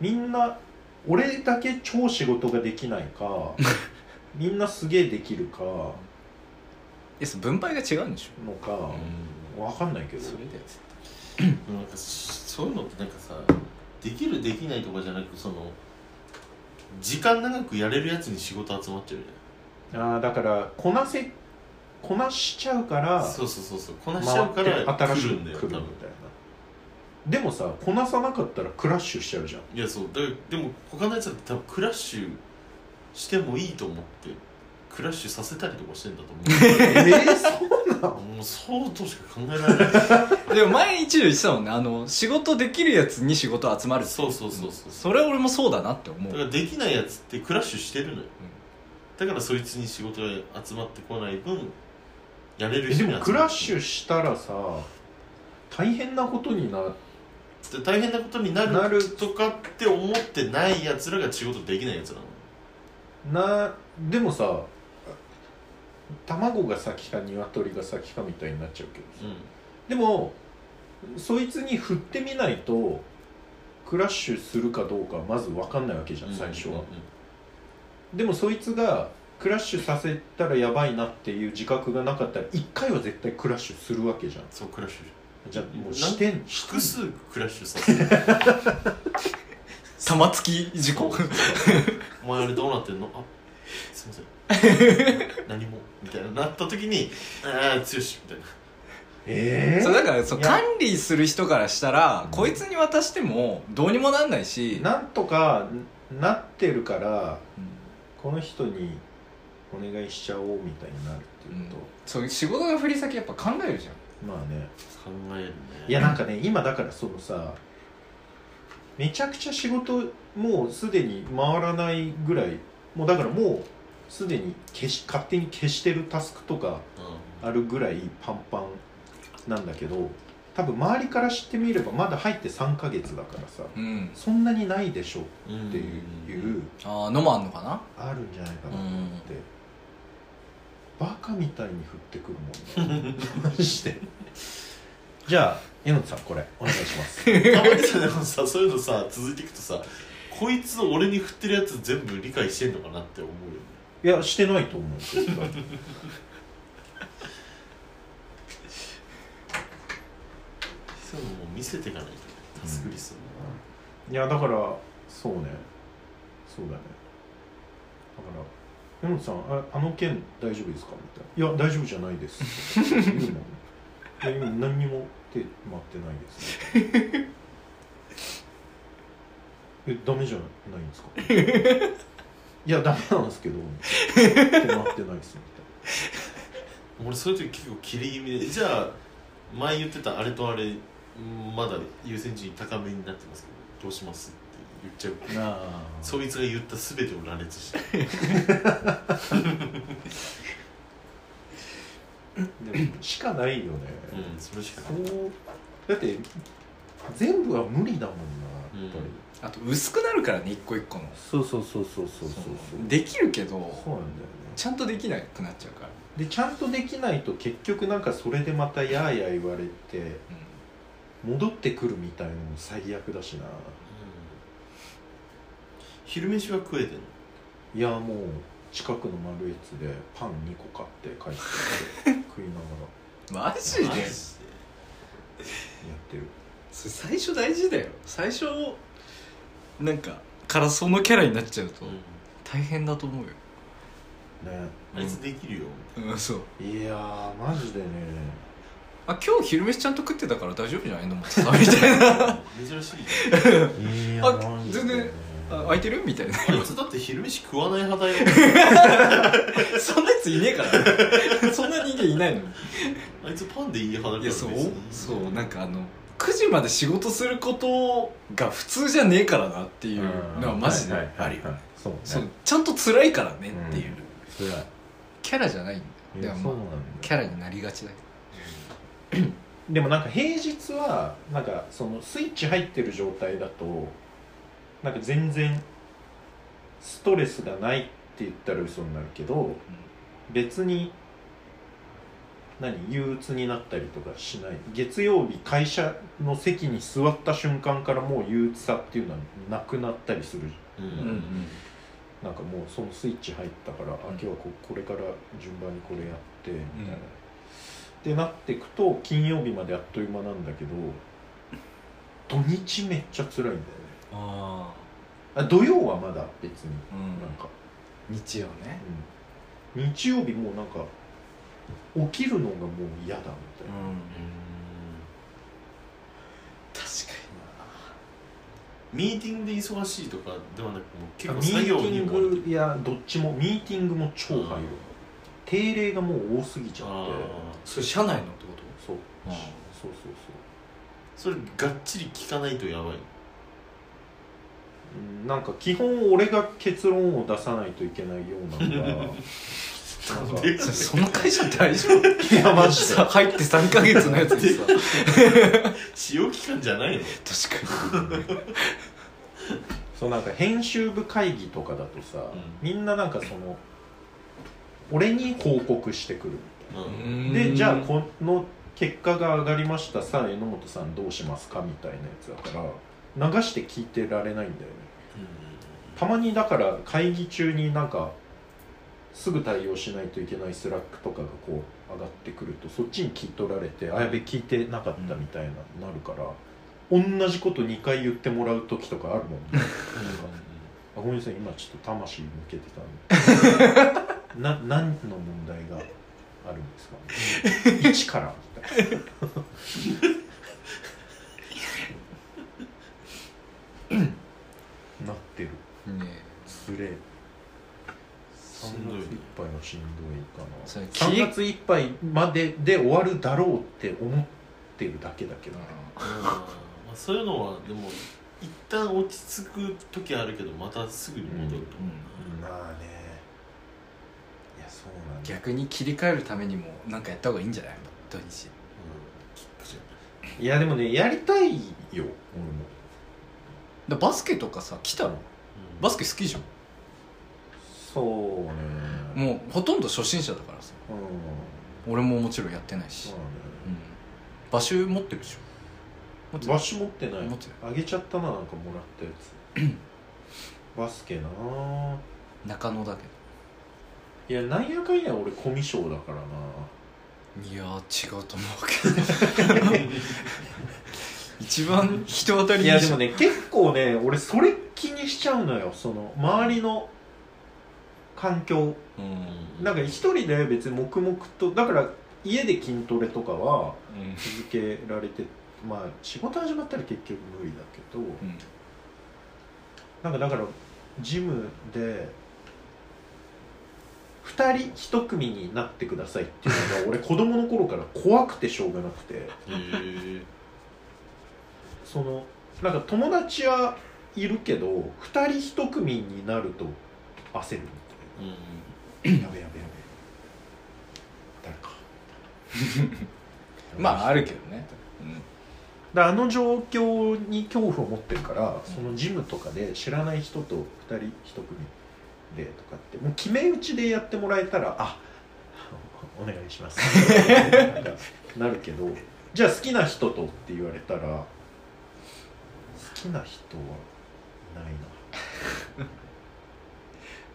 [SPEAKER 2] みんな俺だけ超仕事ができない かみんなすげえできるかの
[SPEAKER 1] えそ分配が違うんでし
[SPEAKER 2] かわかんないけど
[SPEAKER 4] それだよなんかそういうのってなんかさできるできないとかじゃなくその時間長くやれるやつに仕事集まっちゃうよね
[SPEAKER 2] ああだからこなせこなしちゃうから
[SPEAKER 4] そうそうそうそうこなしちゃ
[SPEAKER 2] 回
[SPEAKER 4] う
[SPEAKER 2] っ
[SPEAKER 4] から
[SPEAKER 2] て新し
[SPEAKER 4] 来
[SPEAKER 2] く来
[SPEAKER 4] る
[SPEAKER 2] る
[SPEAKER 4] ん
[SPEAKER 2] み
[SPEAKER 4] だよ
[SPEAKER 2] た
[SPEAKER 4] 多
[SPEAKER 2] いな
[SPEAKER 4] 分
[SPEAKER 2] でもさこなさなかったらクラッシュしちゃうじゃん
[SPEAKER 4] いやそうだからでも他のやつだって多分クラッシュしてもいいと思ってクラッシュさせたりとかしてんだと思
[SPEAKER 2] えー、そうなの
[SPEAKER 4] うもうそうとしか考えられない
[SPEAKER 1] ょでも前一度言ってたもんねあの仕事できるやつに仕事集まるって
[SPEAKER 4] そうそうそうそう
[SPEAKER 1] それ俺もそうだなって思
[SPEAKER 4] だから
[SPEAKER 1] う
[SPEAKER 4] できないやつってクラッシュしてるのよ、だからそいつに仕事が集まってこない分やれる
[SPEAKER 2] え
[SPEAKER 4] 人
[SPEAKER 2] で
[SPEAKER 4] に集ま
[SPEAKER 2] も
[SPEAKER 4] って
[SPEAKER 2] クラッシュしたらさ大変なことにな
[SPEAKER 4] で大変なことにな
[SPEAKER 2] な
[SPEAKER 4] る
[SPEAKER 2] る
[SPEAKER 4] とかって思ってないやつらが仕事できないやつなの
[SPEAKER 2] なでもさ卵が先か鶏が先かみたいになっちゃうけどさ
[SPEAKER 4] う
[SPEAKER 2] でもそいつに振ってみないとクラッシュするかどうかはまず分かんないわけじゃん
[SPEAKER 4] ん
[SPEAKER 2] 最初は、
[SPEAKER 4] うん
[SPEAKER 2] でもそいつがクラッシュさせたらやばいなっていう自覚がなかったら一回は絶対クラッシュするわけじゃん
[SPEAKER 4] そうクラッシュ
[SPEAKER 2] じゃあもうしてん
[SPEAKER 4] 複数クラッシュさせる
[SPEAKER 1] 玉突き事故
[SPEAKER 4] そうお前あれどうなってんのあすいません 何もみたいななった時にああ剛みたいな
[SPEAKER 2] え
[SPEAKER 1] そうだからそう
[SPEAKER 2] いや
[SPEAKER 1] 管理する人からしたら、
[SPEAKER 2] うん
[SPEAKER 1] こいつに渡してもどうにもなんないし、
[SPEAKER 2] なんとかなってるからこの人にお願いしちゃおうみたいになるっていうこ
[SPEAKER 1] そう仕事の振り先やっぱ考えるじゃん
[SPEAKER 2] と、まあね
[SPEAKER 4] 考えるね
[SPEAKER 2] いやなんかね今だからそのさめちゃくちゃ仕事もうすでに回らないぐらいもうだからもうすでに消し勝手に消してるタスクとか
[SPEAKER 4] う
[SPEAKER 2] あるぐらいパンパンなんだけど多分周りから知ってみればまだ入って3ヶ月だからさ
[SPEAKER 1] うん
[SPEAKER 2] そんなにないでしょっ
[SPEAKER 4] ん
[SPEAKER 2] ていう,、いう
[SPEAKER 1] ああのもあんのかな
[SPEAKER 2] あるんじゃないかなと思って、バカみたいに降ってくるもんねマジでじゃあ榎本さんこれお願いします
[SPEAKER 4] たまにさでもさそういうのさ続いていくとさこいつ俺に振ってるやつ全部理解してんのかなって思うよね
[SPEAKER 2] いやしてないと思う絶対
[SPEAKER 4] そういうのもう見せていかないとねタスクリスト
[SPEAKER 2] いやだからそうねそうだねだから「榎本さんああの件大丈夫ですか?」みたいな「いや大丈夫じゃないです」とか言うもんねいや今何にも手回ってないです」えダメじゃないんですか?」いやダメなんですけど」手回ってないです」
[SPEAKER 4] も俺そういう時結構切れ気味でじゃあ前言ってたあれとあれまだ優先順位高めになってますけどどうしますって言っちゃう
[SPEAKER 2] みたいなあ
[SPEAKER 4] そいつが言った全てを羅列して
[SPEAKER 2] でもしかないよね、
[SPEAKER 4] うんそれしかない
[SPEAKER 2] そうだって全部は無理だもんなやっぱり、
[SPEAKER 4] うん
[SPEAKER 1] あと薄くなるからね一個一個の
[SPEAKER 2] そうそうそうそうそうそうそう
[SPEAKER 1] できるけど
[SPEAKER 2] そうなんだよね
[SPEAKER 1] ちゃんとできなくなっちゃうから、
[SPEAKER 2] でちゃんとできないと結局なんかそれでまたやーやー言われて戻ってくるみたいなのも最悪だしな
[SPEAKER 4] 昼飯は食えてんの
[SPEAKER 2] いやもう近くのマルエツでパン2個買って帰ってきて食いなが
[SPEAKER 1] うん、マジで
[SPEAKER 4] マジ
[SPEAKER 2] らやってる
[SPEAKER 1] それ最初大事だよ最初なんかからそのキャラになっちゃうと
[SPEAKER 4] うん
[SPEAKER 1] 大変だと思うよ
[SPEAKER 2] ね
[SPEAKER 4] あいつできる よ
[SPEAKER 1] うんそう
[SPEAKER 2] いやーマジでね
[SPEAKER 1] あ今日昼飯ちゃんと食ってたから大丈夫じゃないのもさ みたいな
[SPEAKER 4] 珍しい
[SPEAKER 2] い
[SPEAKER 1] やあマジでね全然あ空いてるみたいな
[SPEAKER 4] あいつだって昼飯食わない派だよ
[SPEAKER 1] そんなやついねえから ねそんな人間いないのに
[SPEAKER 4] あいつパンでいい派だから
[SPEAKER 1] いやそう
[SPEAKER 4] 別に
[SPEAKER 1] そうなんかあの9時まで仕事することが普通じゃねえからなっていうのはマジであるよね
[SPEAKER 2] そうね
[SPEAKER 1] そうちゃんと辛いからねっていう、
[SPEAKER 2] うん辛い
[SPEAKER 1] キャラじゃないん
[SPEAKER 2] い
[SPEAKER 1] だ
[SPEAKER 2] や
[SPEAKER 1] よで
[SPEAKER 2] そう
[SPEAKER 1] も
[SPEAKER 2] な
[SPEAKER 1] まあ
[SPEAKER 2] んだよ
[SPEAKER 1] キャラになりがちだよ
[SPEAKER 2] でもなんか平日はなんかそのスイッチ入ってる状態だとなんか全然ストレスがないって言ったら嘘になるけど別に何憂鬱になったりとかしない月曜日会社の席に座った瞬間からもう憂鬱さっていうのはなくなったりする
[SPEAKER 4] うん
[SPEAKER 1] うんうん
[SPEAKER 2] なんかもうそのスイッチ入ったから、あ今日はここれから順番にこれやってみ
[SPEAKER 1] うん
[SPEAKER 2] たいな、ってなっていくと金曜日まであっという間なんだけど土日めっちゃ辛いんだよね
[SPEAKER 1] あ
[SPEAKER 2] あ土曜はまだ別に
[SPEAKER 1] あう
[SPEAKER 2] なん
[SPEAKER 1] ん
[SPEAKER 2] か、
[SPEAKER 1] 日曜ね
[SPEAKER 2] うん日曜日もうなんか起きるのがもう嫌だみたいな、
[SPEAKER 1] 確か
[SPEAKER 4] ミーティングで忙しいとかではなくもう結
[SPEAKER 2] あ
[SPEAKER 4] 構
[SPEAKER 2] ミ
[SPEAKER 4] 作
[SPEAKER 2] ーテ
[SPEAKER 4] 業に
[SPEAKER 2] ィ
[SPEAKER 4] もあ
[SPEAKER 2] ングいやどっちもミーティングも超入る、定例がもう多すぎちゃって
[SPEAKER 4] あ
[SPEAKER 1] それ社内のってこと
[SPEAKER 2] そう
[SPEAKER 1] あー
[SPEAKER 2] そうそうそう
[SPEAKER 4] それがっちり聞かないとやばい
[SPEAKER 2] うんなんか基本俺が結論を出さないといけないようなのがなんか
[SPEAKER 4] で
[SPEAKER 1] そその会社大丈夫
[SPEAKER 2] いやマジで
[SPEAKER 1] さ入って3ヶ月のやつにさ
[SPEAKER 4] 使用期間じゃないの
[SPEAKER 1] 確か
[SPEAKER 2] そうなんか編集部会議とかだとさ、
[SPEAKER 4] う
[SPEAKER 2] みんななんかその俺に報告してくる
[SPEAKER 4] う
[SPEAKER 1] に
[SPEAKER 4] ん
[SPEAKER 1] うん
[SPEAKER 2] でじゃあこの結果が上がりましたさあ榎本さんどうしますかみたいなやつだから流して聞いてられないんだよねたまにだから会議中になんかすぐ対応しないといけないスラックとかがこう上がってくるとそっちに聞い取られてあやべ聞いてなかったみたいな、なるから同じこと2回言ってもらう時とかあるもんねあごめんなさい今ちょっと魂抜けてたんでな何の問題があるんですか、ね、一からみたいななってる
[SPEAKER 1] にね
[SPEAKER 2] つれえしんどいかな
[SPEAKER 1] それ
[SPEAKER 2] 3月いっぱいまでで終わるだろうって思ってるだけだけどね
[SPEAKER 4] まあ、そういうのはでも一旦落ち着く時あるけどまたすぐに戻ると
[SPEAKER 1] う
[SPEAKER 4] 思う、
[SPEAKER 1] ん
[SPEAKER 2] まあねいやそうなんだ
[SPEAKER 1] 逆に切り替えるためにもなんかやった方がいいんじゃない土日
[SPEAKER 4] キックじゃ
[SPEAKER 2] いやでもねやりたいよ
[SPEAKER 1] だバスケとかさ来た
[SPEAKER 2] 俺
[SPEAKER 1] の
[SPEAKER 2] も
[SPEAKER 1] バスケ好きじゃん
[SPEAKER 2] そうねう
[SPEAKER 1] もうほとんど初心者だからさ
[SPEAKER 2] ん
[SPEAKER 1] 俺ももちろんやってないし、、
[SPEAKER 2] そううんだね
[SPEAKER 1] 場所持ってるでしょ持って
[SPEAKER 2] バ
[SPEAKER 1] る
[SPEAKER 2] ッシュ持ってない
[SPEAKER 1] 持って
[SPEAKER 2] あげちゃったななんかもらったやつ バスケなあ
[SPEAKER 1] 中野だけ
[SPEAKER 2] いやなんやかんや俺コミュ障だからな
[SPEAKER 1] どいやー違うと思うけど一番人当たり
[SPEAKER 2] い
[SPEAKER 1] いい
[SPEAKER 2] や
[SPEAKER 1] じ
[SPEAKER 2] で
[SPEAKER 1] ゃ
[SPEAKER 2] も
[SPEAKER 1] ん
[SPEAKER 2] ね結構ね俺それ気にしちゃうのよその周りの環境
[SPEAKER 1] うん
[SPEAKER 2] なんか一人で別に黙々とだから家で筋トレとかは
[SPEAKER 1] うん
[SPEAKER 2] 続けられてまあ仕事始まったら結局無理だけど
[SPEAKER 1] うん
[SPEAKER 2] なんかだからジムで2人1組になってくださいっていうのが俺子供の頃から怖くてしょうがなくて
[SPEAKER 4] ないへえ
[SPEAKER 2] そのなんか友達はいるけど2人1組になると焦るみたいな。
[SPEAKER 4] うん
[SPEAKER 2] やべやべやべ誰か
[SPEAKER 1] まああるけ
[SPEAKER 2] ど
[SPEAKER 1] どね、うん
[SPEAKER 2] だあの状況に恐怖を持ってるからそのジムとかで知らない人と2人1組でとかってもう決め打ちでやってもらえたらあおお願いします なんかなるけどじゃあ好きな人とって言われたら好きな人はいないな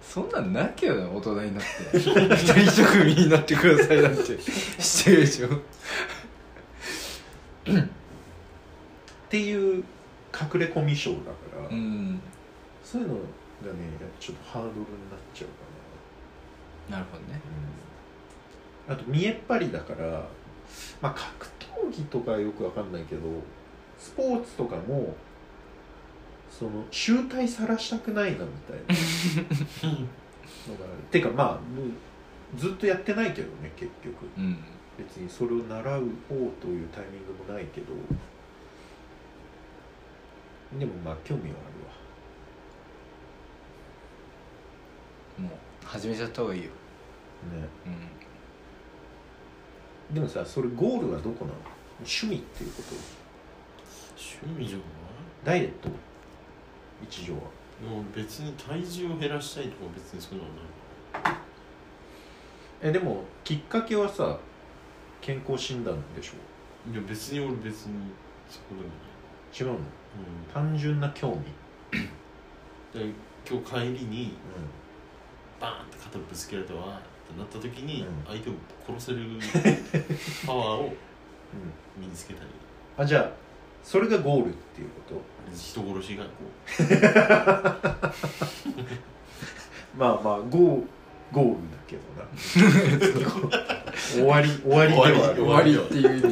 [SPEAKER 1] そんなんないけどね大人になって一人一組になってくださいなんて失礼でしょ
[SPEAKER 2] っていう隠れコミュ障だから、
[SPEAKER 1] うん
[SPEAKER 2] そういうのがねちょっとハードルになっちゃうかな
[SPEAKER 1] なるほどね
[SPEAKER 2] あと見えっ張りだから、まあ、格闘技とかよくわかんないけどスポーツとかもその集体さらしたくないなみたいなのがあるてかまあもうずっとやってないけどね結局
[SPEAKER 1] うん
[SPEAKER 2] 別にそれを習う方というタイミングもないけどでもまあ興味はあ
[SPEAKER 1] もう始めちゃった方がいいよ
[SPEAKER 2] るわね
[SPEAKER 1] うん
[SPEAKER 2] でもさそれゴールはどこなの趣味っていうこと
[SPEAKER 4] 趣味じゃない
[SPEAKER 2] ダイエット一条は
[SPEAKER 4] でも別に体重を減らしたいとか別にそういうのはない
[SPEAKER 2] えでもきっかけはさ健康診断でしょ
[SPEAKER 4] いや別に俺別にそこでも
[SPEAKER 2] 違うの
[SPEAKER 4] な
[SPEAKER 2] 単純な興味、
[SPEAKER 4] い、うん、で今日帰りにバーンって肩ぶつけられたわってなった時に
[SPEAKER 2] うん
[SPEAKER 4] 相手を殺せるパワーを
[SPEAKER 2] うんうん、
[SPEAKER 4] 身につけたり
[SPEAKER 2] あじゃあそれがゴールっていうこと
[SPEAKER 4] 人殺しがこ
[SPEAKER 2] まあまあゴーゴールだけどな 終わり終わりではあ
[SPEAKER 4] 終
[SPEAKER 2] る
[SPEAKER 1] 終
[SPEAKER 4] わ
[SPEAKER 1] わ
[SPEAKER 4] り
[SPEAKER 1] り
[SPEAKER 4] よ
[SPEAKER 1] っていう意味で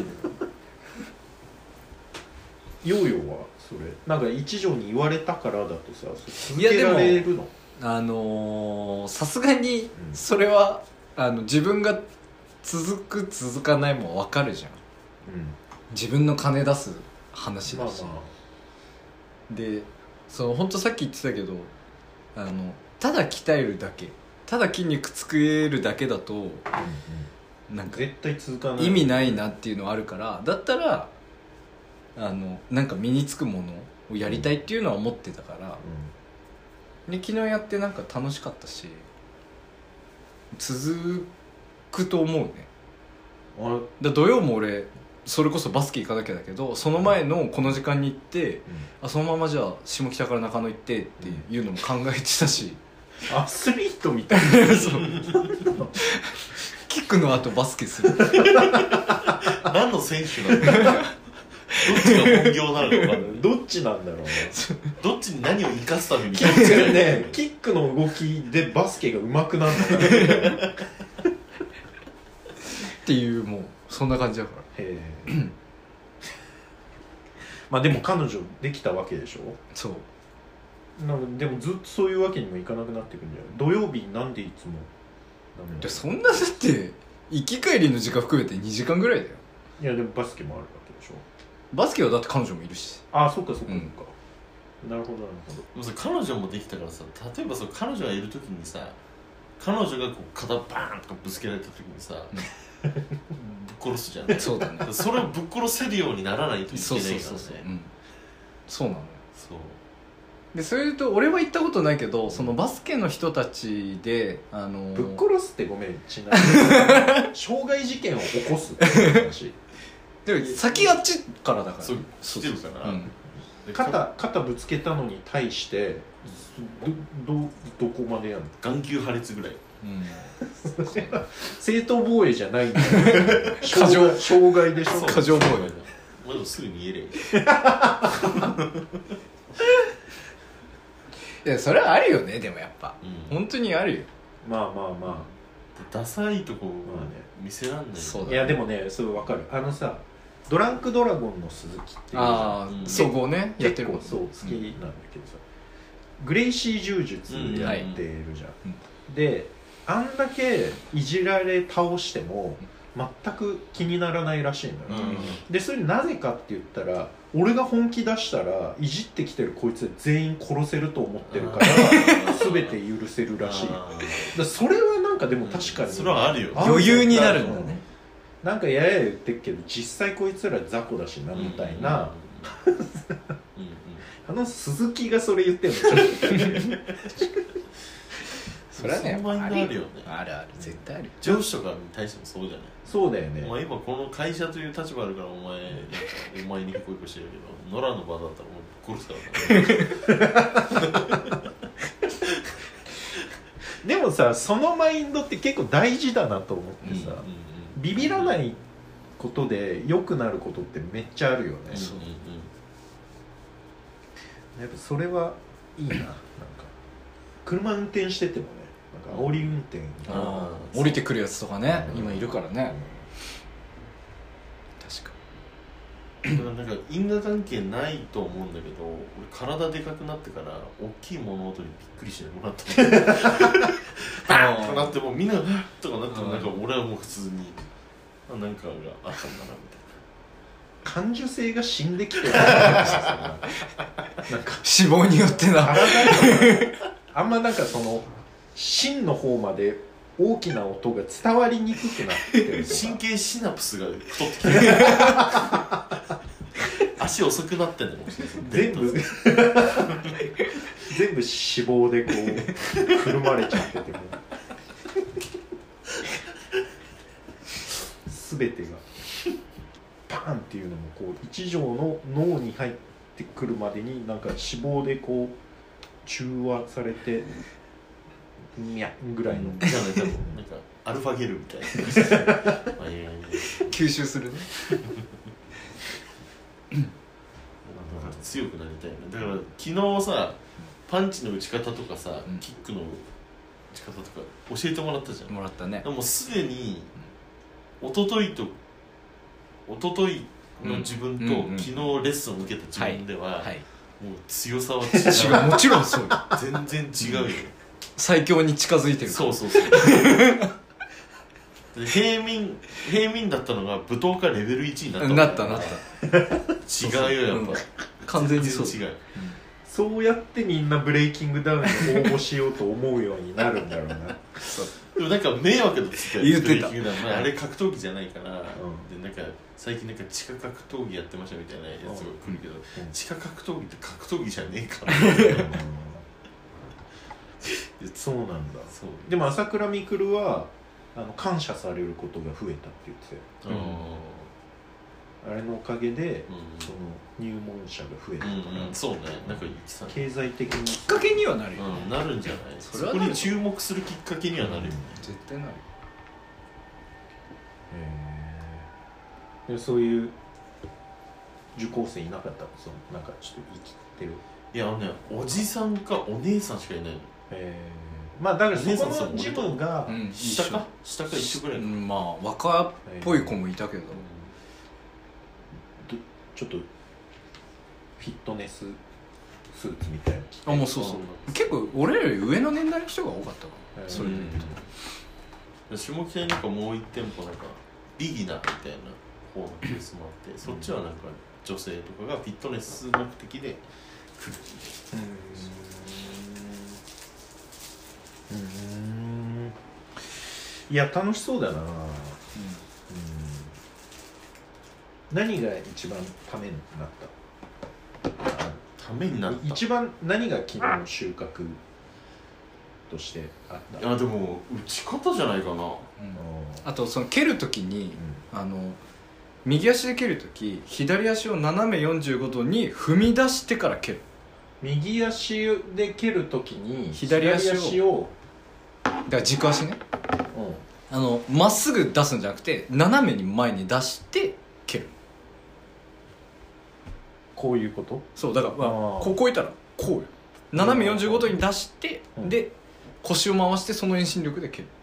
[SPEAKER 2] ヨーヨーはそれなんか一条に言われうからだとさ続
[SPEAKER 1] いや
[SPEAKER 2] け
[SPEAKER 1] でも
[SPEAKER 2] られるの
[SPEAKER 1] あのーさすがに
[SPEAKER 2] うん
[SPEAKER 1] それは、あの自分が続く続かないも分かるじゃん
[SPEAKER 2] うん
[SPEAKER 1] 自分の金出す話
[SPEAKER 2] まあ
[SPEAKER 1] だし、でそのほんとさっき言ってたけどあのただ鍛えるだけただ筋肉作れるだけだと
[SPEAKER 2] まあ、
[SPEAKER 1] なんか
[SPEAKER 2] 絶対続かない
[SPEAKER 1] 意味ないなっていうのはあるからだったらあのなんか身につくものをやりたいっていうのは思ってたから、で昨日やってなんか楽しかったし続くと思うね
[SPEAKER 2] うん、あ
[SPEAKER 1] だ土曜も俺それこそバスケ行かなきゃだけどその前のこの時間に行ってあそのままじゃあ下北から中野行ってっていうのも考えてたし、
[SPEAKER 2] アスリートみ たい
[SPEAKER 1] そうキックの後バスケする
[SPEAKER 4] う何の選手なのど っちが本業なのか分かんな
[SPEAKER 2] ないどっちなんだろうね
[SPEAKER 4] どっちに何を生かすために
[SPEAKER 2] キックね、 キックの動きでバスケが上手くなるのかなみたいなへ
[SPEAKER 1] っていうもうそんな感じだから
[SPEAKER 2] え まあでも彼女できたわけでしょ
[SPEAKER 1] そう
[SPEAKER 2] なんかでもずっとそういうわけにもいかなくなってくんじゃない土曜日なんでいつもダメだ
[SPEAKER 1] でそんなだって行き帰りの時間含めて2時間ぐらいだよ
[SPEAKER 2] いやでもバスケもあるわけでしょ
[SPEAKER 1] バスケはだって彼女もいるし
[SPEAKER 2] ああそっかそっかそ
[SPEAKER 1] う
[SPEAKER 2] っか
[SPEAKER 1] ん、
[SPEAKER 2] なるほどなるほど
[SPEAKER 4] でもさ彼女もできたからさ例えばその彼女がいる時にさ彼女がこう肩バーンとかぶつけられた時にさぶっ殺すじゃん
[SPEAKER 1] そうだね
[SPEAKER 4] それをぶっ殺せるようにならないといけ
[SPEAKER 1] そう
[SPEAKER 4] ないから
[SPEAKER 1] そうそ
[SPEAKER 4] ね
[SPEAKER 1] うそう、うん、そうなのよ
[SPEAKER 4] そう
[SPEAKER 1] でそれと俺は行ったことないけどそのバスケの人たちであの
[SPEAKER 2] ぶっ殺すってごめんちなみに 傷害事件を起こすっていう 話
[SPEAKER 1] で先あっちからだから
[SPEAKER 4] そう
[SPEAKER 1] そう
[SPEAKER 4] 来てるから
[SPEAKER 1] うん
[SPEAKER 4] で
[SPEAKER 2] 肩肩ぶつけたのに対してどどどこまでやるの
[SPEAKER 4] 眼球破裂ぐらい
[SPEAKER 2] 正当防衛じゃないんだよ 傷害傷害でしょ
[SPEAKER 1] 過剰防衛
[SPEAKER 4] まあでもすぐ逃げればいい
[SPEAKER 1] いやそれはあるよねでもやっぱ
[SPEAKER 4] うん
[SPEAKER 1] 本当にあるよ
[SPEAKER 2] まあまあま
[SPEAKER 4] ダサいとこ
[SPEAKER 2] まあね
[SPEAKER 4] 見せらんない
[SPEAKER 1] そう
[SPEAKER 2] あ
[SPEAKER 1] だ
[SPEAKER 2] いやでもねそうわかるあのさドランクドラゴンの鈴木っていう
[SPEAKER 1] あ
[SPEAKER 4] うん
[SPEAKER 1] あ総合ねやって
[SPEAKER 2] 結
[SPEAKER 1] るもん
[SPEAKER 2] 構
[SPEAKER 1] ね
[SPEAKER 2] そう好きなんだけどさ、グレイシー柔術やってる
[SPEAKER 1] う
[SPEAKER 2] じゃん、
[SPEAKER 1] んは
[SPEAKER 2] であんだけいじられ倒しても全く気にならないらしいんだよ、
[SPEAKER 4] うん
[SPEAKER 2] でそれなぜかって言ったら俺が本気出したらいじってきてるこいつ全員殺せると思ってるから全て許せるらしいだか
[SPEAKER 4] あ
[SPEAKER 2] らそれはなんかで
[SPEAKER 4] ー
[SPEAKER 2] も確かに、
[SPEAKER 4] それはあるよ
[SPEAKER 2] あ
[SPEAKER 1] 余裕になるんだね
[SPEAKER 2] なんかやや言ってるけど実際こいつら雑魚だしなみたいな、
[SPEAKER 4] うんうんうん
[SPEAKER 2] あの鈴木がそれ言ってる のちょっと
[SPEAKER 1] それはねやっ
[SPEAKER 4] その
[SPEAKER 1] ぱ
[SPEAKER 4] マ
[SPEAKER 1] あ
[SPEAKER 4] インドある
[SPEAKER 1] る
[SPEAKER 4] よ
[SPEAKER 1] よ
[SPEAKER 4] ね
[SPEAKER 1] あるある絶対ある
[SPEAKER 4] 上司とかに対してもそうじゃない
[SPEAKER 2] そうだよね
[SPEAKER 4] お前今この会社という立場あるからお前なんかお前にこいこしてるけど野良の場だったらお前ぶっ殺すからな
[SPEAKER 2] でもさそのマインドって結構大事だなと思って
[SPEAKER 4] うん
[SPEAKER 2] さ、
[SPEAKER 4] うんうん
[SPEAKER 2] ビビらないことで良くなることってめっちゃあるよね、
[SPEAKER 4] うんうんうん
[SPEAKER 2] やっぱそれはいいななんか車運転しててもねなんか煽り運転
[SPEAKER 4] あー
[SPEAKER 1] 降りてくるやつとかね今いるから
[SPEAKER 2] うん
[SPEAKER 1] ね確か
[SPEAKER 4] だからなんか因果関係ないと思うんだけど俺体でかくなってから大きい物音にびっくりしなくなったバ ーンとなってもうみんなが「はっとかなってもなんか俺はもう普通にあなんかがあったんだなみたいな
[SPEAKER 2] 感受性が死んで きてるなんか
[SPEAKER 1] 死亡によってな
[SPEAKER 2] 体が あんまなんかその芯の方まで大きな音が伝わりにくくなってるとか
[SPEAKER 4] 神経シナプスが太ってきてる足遅くなってんのかもしれない
[SPEAKER 2] 全 部全部脂肪でこうくるまれちゃってても全てがパーンっていうのもこう一条の脳に入ってくるまでになんか脂肪でこう中和されてにゃぐらいの、
[SPEAKER 4] じゃない多分なんかアルファゲルみたいなまあいやいやいや
[SPEAKER 1] 吸収するね
[SPEAKER 4] だから強くなりたいねだから昨日さパンチの打ち方とかさ、
[SPEAKER 1] うん
[SPEAKER 4] キックの打ち方とか教えてもらったじゃん
[SPEAKER 1] もらったね
[SPEAKER 4] でもすでに一昨日と一昨日の自分と、
[SPEAKER 1] うんうんうん
[SPEAKER 4] 昨日レッスンを受けた自分では、
[SPEAKER 1] はい
[SPEAKER 4] もう強さ は
[SPEAKER 1] 違う
[SPEAKER 4] 違
[SPEAKER 1] もちろんそうよ
[SPEAKER 4] う全然違うよ、
[SPEAKER 1] 最強に近づいてる
[SPEAKER 4] そうそうそうで平民平民だったのが舞踏家レベル1になったもん
[SPEAKER 1] なったなった
[SPEAKER 4] 違うよやっぱ、
[SPEAKER 1] うん完全にそう
[SPEAKER 4] 全然違う
[SPEAKER 2] そうやってみんなブレイキングダウンに応募しようと思うようになるんだろうな
[SPEAKER 4] でもなんか迷惑だっつって
[SPEAKER 1] 言ってた
[SPEAKER 4] ブレイキングダウンまああれ格闘技じゃないから、
[SPEAKER 2] う
[SPEAKER 4] でなんか最近なんか地下格闘技やってましたみたいなやつが来るけど、
[SPEAKER 2] ん
[SPEAKER 4] 地下格闘技って格闘技じゃねえ から
[SPEAKER 2] うんそうなんだ
[SPEAKER 4] そう
[SPEAKER 2] でも朝倉未来はあの感謝されることが増えたって言ってたよ
[SPEAKER 4] うんうん
[SPEAKER 2] あれのおかげでその入門者が増えたから、
[SPEAKER 4] うんうんそうねなんか言ってたね
[SPEAKER 2] 経済的に
[SPEAKER 1] きっかけにはなるよ
[SPEAKER 4] うん、なるんじゃないそ
[SPEAKER 1] それは
[SPEAKER 4] こ
[SPEAKER 1] なる
[SPEAKER 4] に注目するきっかけにはなるよね、
[SPEAKER 1] 絶対なる
[SPEAKER 2] えーでそういう受講生いなかったのそのなんかちょっと生きてる
[SPEAKER 4] いやあのねおじさんかお姉さんしかいないの
[SPEAKER 2] えーまあだからそ
[SPEAKER 4] お姉さ
[SPEAKER 2] こ
[SPEAKER 4] ん
[SPEAKER 2] の
[SPEAKER 4] と
[SPEAKER 2] 自分が、
[SPEAKER 1] うん
[SPEAKER 4] 下か下か一緒ぐらいの
[SPEAKER 1] うんまあ若っぽい子もいたけど
[SPEAKER 2] どちょっとフィットネススーツみたいな
[SPEAKER 1] あもうそうそう結構俺らより上の年代の人が多かったか
[SPEAKER 2] え
[SPEAKER 1] ら
[SPEAKER 2] ー
[SPEAKER 1] それで
[SPEAKER 4] うん下北になんかもう一店舗なんかビギナーみたいな方のケースもあってそっちはなんか女性とかがフィットネス目的で来る
[SPEAKER 2] うんうんいや楽しそうだなうん何が一番ためになった
[SPEAKER 4] ためになった
[SPEAKER 2] 一番何が昨日の収穫としてあった
[SPEAKER 4] いやでも打ち方じゃないかな
[SPEAKER 1] うん
[SPEAKER 2] う
[SPEAKER 1] あとその蹴る時に
[SPEAKER 2] ん
[SPEAKER 1] あの右足で蹴る時左足を斜め45度に踏み出してから蹴る
[SPEAKER 2] 右足で蹴るときに
[SPEAKER 1] 左足を
[SPEAKER 2] 左足を
[SPEAKER 1] だから軸足ね
[SPEAKER 2] うん
[SPEAKER 1] あのまっすぐ出すんじゃなくて斜めに前に出して蹴る
[SPEAKER 2] こういうこと
[SPEAKER 1] そうだから、まあ
[SPEAKER 2] あー
[SPEAKER 1] ここいたらこうよ斜め45度に出して、
[SPEAKER 2] うん
[SPEAKER 1] で腰を回してその遠心力で蹴るって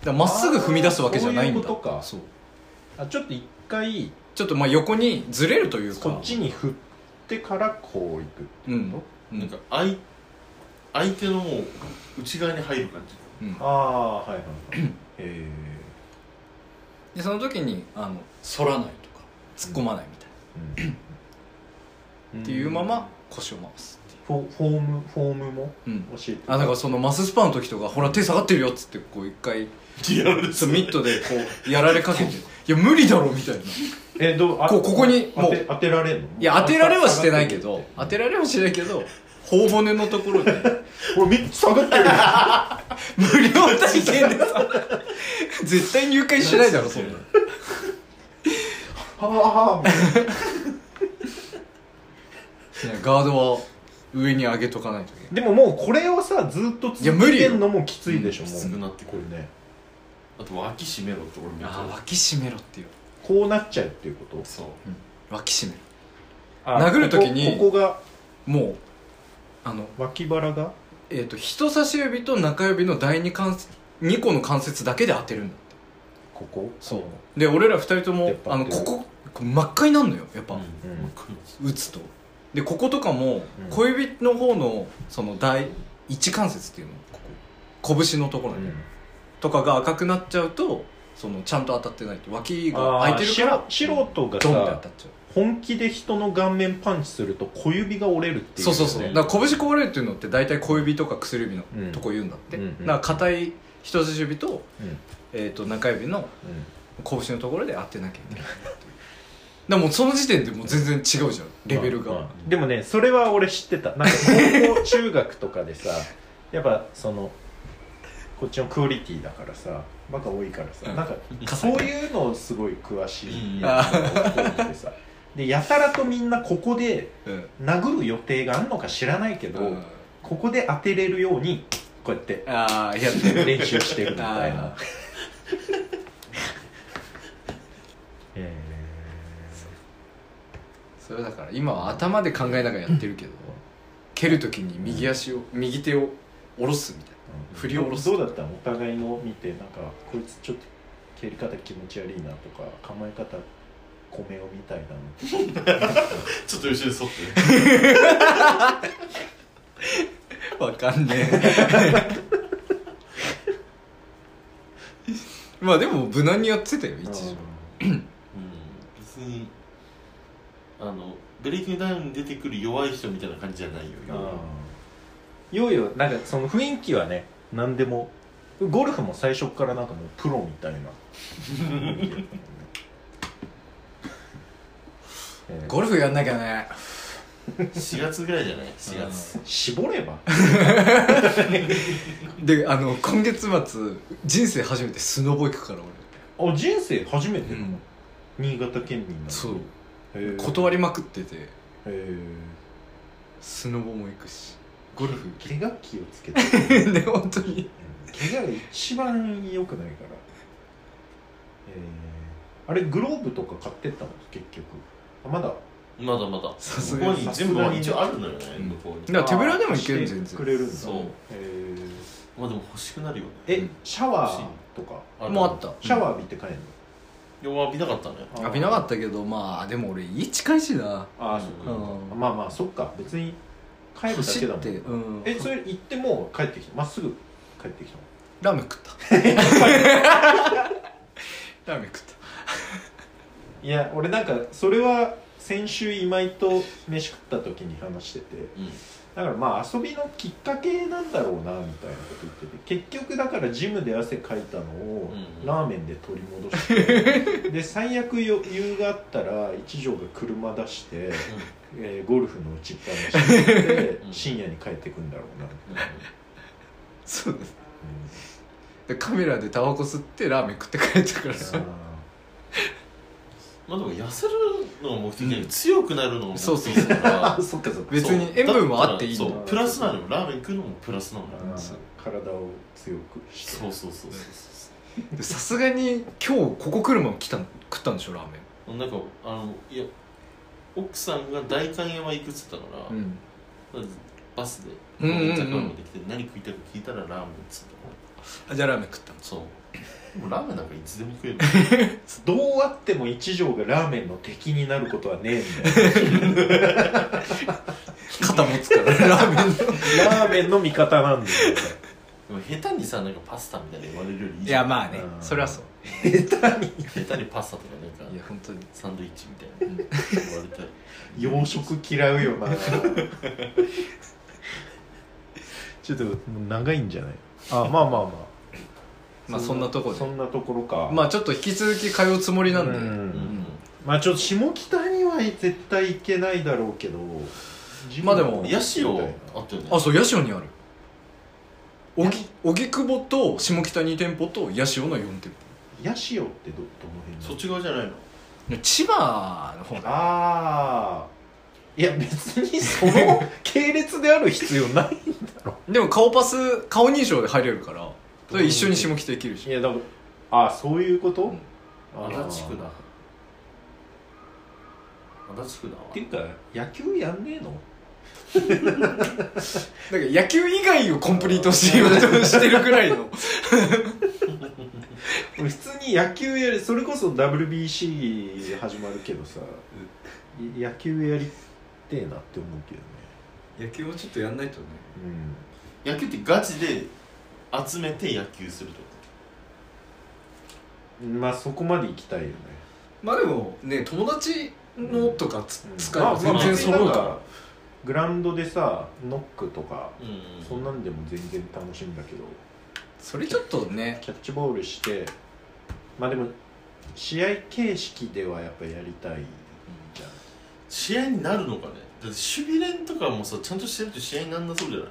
[SPEAKER 1] だからまっすぐ踏み出すわけじゃないんだ
[SPEAKER 2] あーそういうことか
[SPEAKER 1] そう
[SPEAKER 2] あちょっと一回
[SPEAKER 1] ちょっとまあ横にずれるというか
[SPEAKER 2] こっちに振ってからこういく
[SPEAKER 1] うん、うん
[SPEAKER 4] なんか相相手のもう内側に入る感じ
[SPEAKER 1] うん
[SPEAKER 2] ああはいはい はいえ
[SPEAKER 1] でその時にあの反らないとか突っ込まないみたいな、
[SPEAKER 2] え
[SPEAKER 1] っていうまま腰を回すってい
[SPEAKER 2] フォフォームフォームも
[SPEAKER 1] う、うん、
[SPEAKER 2] 教えて
[SPEAKER 1] あだからそのマススパの時とかほら手下がってるよっつってこう一回
[SPEAKER 4] リアルで
[SPEAKER 1] そうミットでこうやられかけ ていや無理だろみたいな
[SPEAKER 2] えどうあ
[SPEAKER 1] こうここに
[SPEAKER 2] 当て
[SPEAKER 1] もう
[SPEAKER 2] 当てられんの
[SPEAKER 1] いや当てられはしてないけど
[SPEAKER 2] 当
[SPEAKER 1] 当てられはしてないけど頬骨のとこ ろで
[SPEAKER 2] 俺3つ下がって るよ
[SPEAKER 1] 無料体験でさ絶対入会しないだろそんな
[SPEAKER 2] はあみたいない
[SPEAKER 1] やガードは上に上げとかないといけない
[SPEAKER 2] でももうこれをさずっと
[SPEAKER 1] いや
[SPEAKER 2] 続
[SPEAKER 1] 無理
[SPEAKER 2] け
[SPEAKER 1] よ
[SPEAKER 2] んのもきついでしょ
[SPEAKER 4] き
[SPEAKER 2] も
[SPEAKER 4] つく
[SPEAKER 2] う
[SPEAKER 4] なってく
[SPEAKER 2] こ
[SPEAKER 4] る
[SPEAKER 2] れね
[SPEAKER 4] あと脇締めろって俺めっち
[SPEAKER 1] ああ
[SPEAKER 4] ゃ
[SPEAKER 1] 脇締めろっていう
[SPEAKER 2] こうなっちゃうっていうこと
[SPEAKER 4] そう
[SPEAKER 1] 脇締めろ
[SPEAKER 2] あ
[SPEAKER 1] 殴る時に
[SPEAKER 2] ここここが
[SPEAKER 1] もうあの
[SPEAKER 2] 脇腹が
[SPEAKER 1] えっ、と人差し指と中指の第二関節2個の関節だけで当てるんだって
[SPEAKER 2] ここ
[SPEAKER 1] うで俺ら2人とも
[SPEAKER 2] 出っ張
[SPEAKER 1] あの
[SPEAKER 2] って
[SPEAKER 1] こ
[SPEAKER 2] る
[SPEAKER 1] ここう真っ赤になるのよやっぱ、
[SPEAKER 4] うん
[SPEAKER 2] うん
[SPEAKER 1] 打つとでこことかも
[SPEAKER 2] うん
[SPEAKER 1] 小指の方のその第一関節っていうのここ拳のところ
[SPEAKER 2] う
[SPEAKER 1] に、
[SPEAKER 2] ん
[SPEAKER 1] とかが赤くなっちゃうとそのちゃんと当たってないって脇が開いてるから
[SPEAKER 2] あー素素人が
[SPEAKER 1] ドンって当
[SPEAKER 2] さ
[SPEAKER 1] たっちゃう
[SPEAKER 2] 本気で人の顔面パンチすると小指が折れるってい
[SPEAKER 1] そ
[SPEAKER 2] うよ
[SPEAKER 1] う
[SPEAKER 2] ね
[SPEAKER 1] そうそうだから拳壊れるっていうのって大体小指とか薬指の
[SPEAKER 2] うん
[SPEAKER 1] とこ言うんだって、
[SPEAKER 2] うんうん
[SPEAKER 1] だから硬い人差し指と,、
[SPEAKER 2] うん
[SPEAKER 1] えー、と中指の
[SPEAKER 2] うん
[SPEAKER 1] 拳のところで当てなきゃいけないだ からもうその時点でもう全然違うじゃんレベルが、
[SPEAKER 2] まあまあでもねそれは俺知ってたなんか高校中学とかでさ やっぱそのこっちのクオリティだからさバカ多いからさ、
[SPEAKER 1] うん
[SPEAKER 2] なんかそういうのすごい詳しい
[SPEAKER 4] うん
[SPEAKER 2] やつが多くてさ でやたらとみんなここで
[SPEAKER 1] うん
[SPEAKER 2] 殴る予定があるのか知らないけど、
[SPEAKER 1] うん
[SPEAKER 2] ここで当てれるようにこうやって
[SPEAKER 1] ああやって る
[SPEAKER 2] 練習してるみたい
[SPEAKER 1] あ
[SPEAKER 2] な
[SPEAKER 1] ー
[SPEAKER 2] え
[SPEAKER 1] それだから今は頭で考えながらやってるけど蹴る時に右足を右手を下ろすみたいな
[SPEAKER 2] ー
[SPEAKER 1] 振り下ろす
[SPEAKER 2] どうだったのお互いの見てなんかこいつちょっと蹴り方気持ち悪いなとか構え方米をみたいなの
[SPEAKER 4] ちょっと後ろに沿って
[SPEAKER 1] わかんねえ まあでも無難にやってたよ一時
[SPEAKER 4] うん別にあのブレイキングダウンに出てくる弱い人みたいな感じじゃないよ
[SPEAKER 2] あーよいよなんかその雰囲気はね何でもゴルフも最初からなんかもうプロみたいな雰囲気だったもんねえー
[SPEAKER 1] ゴルフやんなきゃね
[SPEAKER 4] 4月ぐらいじゃない4月
[SPEAKER 2] 絞れば
[SPEAKER 1] であの今月末人生初めてスノボ行くから
[SPEAKER 2] あ人生初めて
[SPEAKER 1] 俺、
[SPEAKER 2] の、新潟県民なの
[SPEAKER 1] そう
[SPEAKER 2] へー
[SPEAKER 1] 断りまくってて
[SPEAKER 2] へー
[SPEAKER 1] スノボも行くしゴルフ行
[SPEAKER 2] 怪我 気をつけて
[SPEAKER 1] け ね本当に
[SPEAKER 2] 怪我が一番良くないからえーあれグローブとか買ってったの結局あまだ
[SPEAKER 4] まだまだ
[SPEAKER 1] さす
[SPEAKER 4] 向
[SPEAKER 1] が
[SPEAKER 4] こ
[SPEAKER 1] に
[SPEAKER 4] うに全部は一応あるのよね向こう
[SPEAKER 1] だから
[SPEAKER 4] に
[SPEAKER 1] 手ぶらでも行ける
[SPEAKER 2] あ
[SPEAKER 1] 全
[SPEAKER 2] ーして
[SPEAKER 1] 然
[SPEAKER 2] くれるんだ
[SPEAKER 4] そう
[SPEAKER 2] えー
[SPEAKER 4] まあでも欲しくなるよね
[SPEAKER 2] え
[SPEAKER 1] うん
[SPEAKER 2] シャワーとか
[SPEAKER 1] もうあった
[SPEAKER 2] シャワー浴びて帰る
[SPEAKER 4] 弱火なかったね
[SPEAKER 2] の
[SPEAKER 1] 浴びなかったけどまあでも俺家近いしな
[SPEAKER 2] あーあーそっ
[SPEAKER 1] う
[SPEAKER 2] か
[SPEAKER 1] ん
[SPEAKER 2] まあまあそっか別に帰るだ
[SPEAKER 1] 走
[SPEAKER 2] け
[SPEAKER 1] っ
[SPEAKER 2] だも
[SPEAKER 1] て
[SPEAKER 2] ん
[SPEAKER 1] うん
[SPEAKER 2] えそれ行ってもう帰ってきたまっすぐ帰ってきたの
[SPEAKER 1] ラーメン食ったラーメン食った
[SPEAKER 2] いや俺なんかそれは先週今井と飯食った時に話してて
[SPEAKER 3] うん
[SPEAKER 2] だからまあ遊びのきっかけなんだろうなみたいなこと言ってて結局だからジムで汗かいたのを
[SPEAKER 3] うん
[SPEAKER 2] ラーメンで取り戻してで最悪よ余裕があったら一条が車出して、えーゴルフの打ちっぱなしに行って
[SPEAKER 3] うん
[SPEAKER 2] 深夜に帰ってくんだろうな、
[SPEAKER 1] そうですでカメラでタバコ吸ってラーメン食って帰ったから
[SPEAKER 2] うん
[SPEAKER 4] まあでも痩せるのが目的だけど強くなるのが目
[SPEAKER 1] そうそう
[SPEAKER 4] 的だから
[SPEAKER 2] あーそっかそっか
[SPEAKER 1] 別に
[SPEAKER 4] そう
[SPEAKER 1] 塩分もあっていい
[SPEAKER 4] だ
[SPEAKER 1] の
[SPEAKER 4] からそうプラスなのよラーメン食うのもプラスなのよ
[SPEAKER 2] あー体を強くして
[SPEAKER 4] そうそうそうそう
[SPEAKER 1] でさすがに今日ここ来るまま来た食ったんでしょラーメ
[SPEAKER 4] そうなんかあのいや奥さんが代官山行くっつったから、
[SPEAKER 1] ンうん
[SPEAKER 4] まずバスで
[SPEAKER 1] うんうんうん
[SPEAKER 4] 到着まで来て何食いたいか聞いたらラーメンっつったから
[SPEAKER 1] あじゃあラーメン食ったんです
[SPEAKER 4] そうでもラーメンなんかいつでも食え る
[SPEAKER 2] どうあっても一条がラーメンの敵になることはねえんだよ
[SPEAKER 1] 肩持つから ラーメンの
[SPEAKER 2] ラーメンの味方なんだよ
[SPEAKER 4] でも下手にさなんかパスタみたいな言われるよりいい
[SPEAKER 1] い
[SPEAKER 4] じゃ
[SPEAKER 1] や
[SPEAKER 4] ん
[SPEAKER 1] まあね
[SPEAKER 2] うん
[SPEAKER 1] それはそう
[SPEAKER 4] 下手にパスタとかなん
[SPEAKER 1] い
[SPEAKER 4] か
[SPEAKER 1] や本当に
[SPEAKER 4] サンドイッチみたいな言われたり
[SPEAKER 2] 洋食嫌うよな ちょっともう長いんじゃないあまあまあまあ
[SPEAKER 1] まあそんなとこで
[SPEAKER 2] そんなところか
[SPEAKER 1] まあちょっと引き続き通うつもりなんで
[SPEAKER 2] うん
[SPEAKER 4] うん、
[SPEAKER 2] まあちょっと下北には絶対行けないだろうけど
[SPEAKER 1] まあでも
[SPEAKER 4] ヤシオあったよね
[SPEAKER 1] あそう八潮にある荻荻窪と下北2店舗と八潮の4店
[SPEAKER 2] ヤシオってどどの辺なの
[SPEAKER 4] そっち側じゃないの
[SPEAKER 1] 舗千葉の方だ
[SPEAKER 2] ああいや別にその系列である必要ない
[SPEAKER 1] でも顔パス顔認証で入れるからそれ一緒に下北行けるし
[SPEAKER 2] いやだからあそういうこと、
[SPEAKER 1] うん
[SPEAKER 2] あー
[SPEAKER 4] 足立区だ足立区だわ
[SPEAKER 2] っていうか野球やんねえの
[SPEAKER 1] だから野球以外をコンプリートしてようとしてるぐらいの
[SPEAKER 2] 普通に野球やりそれこそ WBC で始まるけどさ、い野球やりてえなって思うけど
[SPEAKER 3] 野
[SPEAKER 2] ね
[SPEAKER 3] 球をちょっとやんないとね
[SPEAKER 2] うん
[SPEAKER 4] 野球ってガチで集めて野球するってこ
[SPEAKER 2] まあそこまで行きたいよね
[SPEAKER 1] まあでもね友達のとかつ、
[SPEAKER 2] うん
[SPEAKER 1] 使えば
[SPEAKER 2] ま
[SPEAKER 1] 全
[SPEAKER 2] あ
[SPEAKER 1] 然揃う
[SPEAKER 2] まあ
[SPEAKER 1] か
[SPEAKER 2] な
[SPEAKER 1] ら、
[SPEAKER 2] んグラウンドでさノックとか
[SPEAKER 4] とうん
[SPEAKER 2] そんなんでも全然楽しいんだけど
[SPEAKER 1] それちょっとね
[SPEAKER 2] キャッチボールしてまあでも試合形式ではやっぱやりたいじゃん
[SPEAKER 4] 試合になるのかねだって守備練とかもさちゃんとしてると試合になんなそうじゃない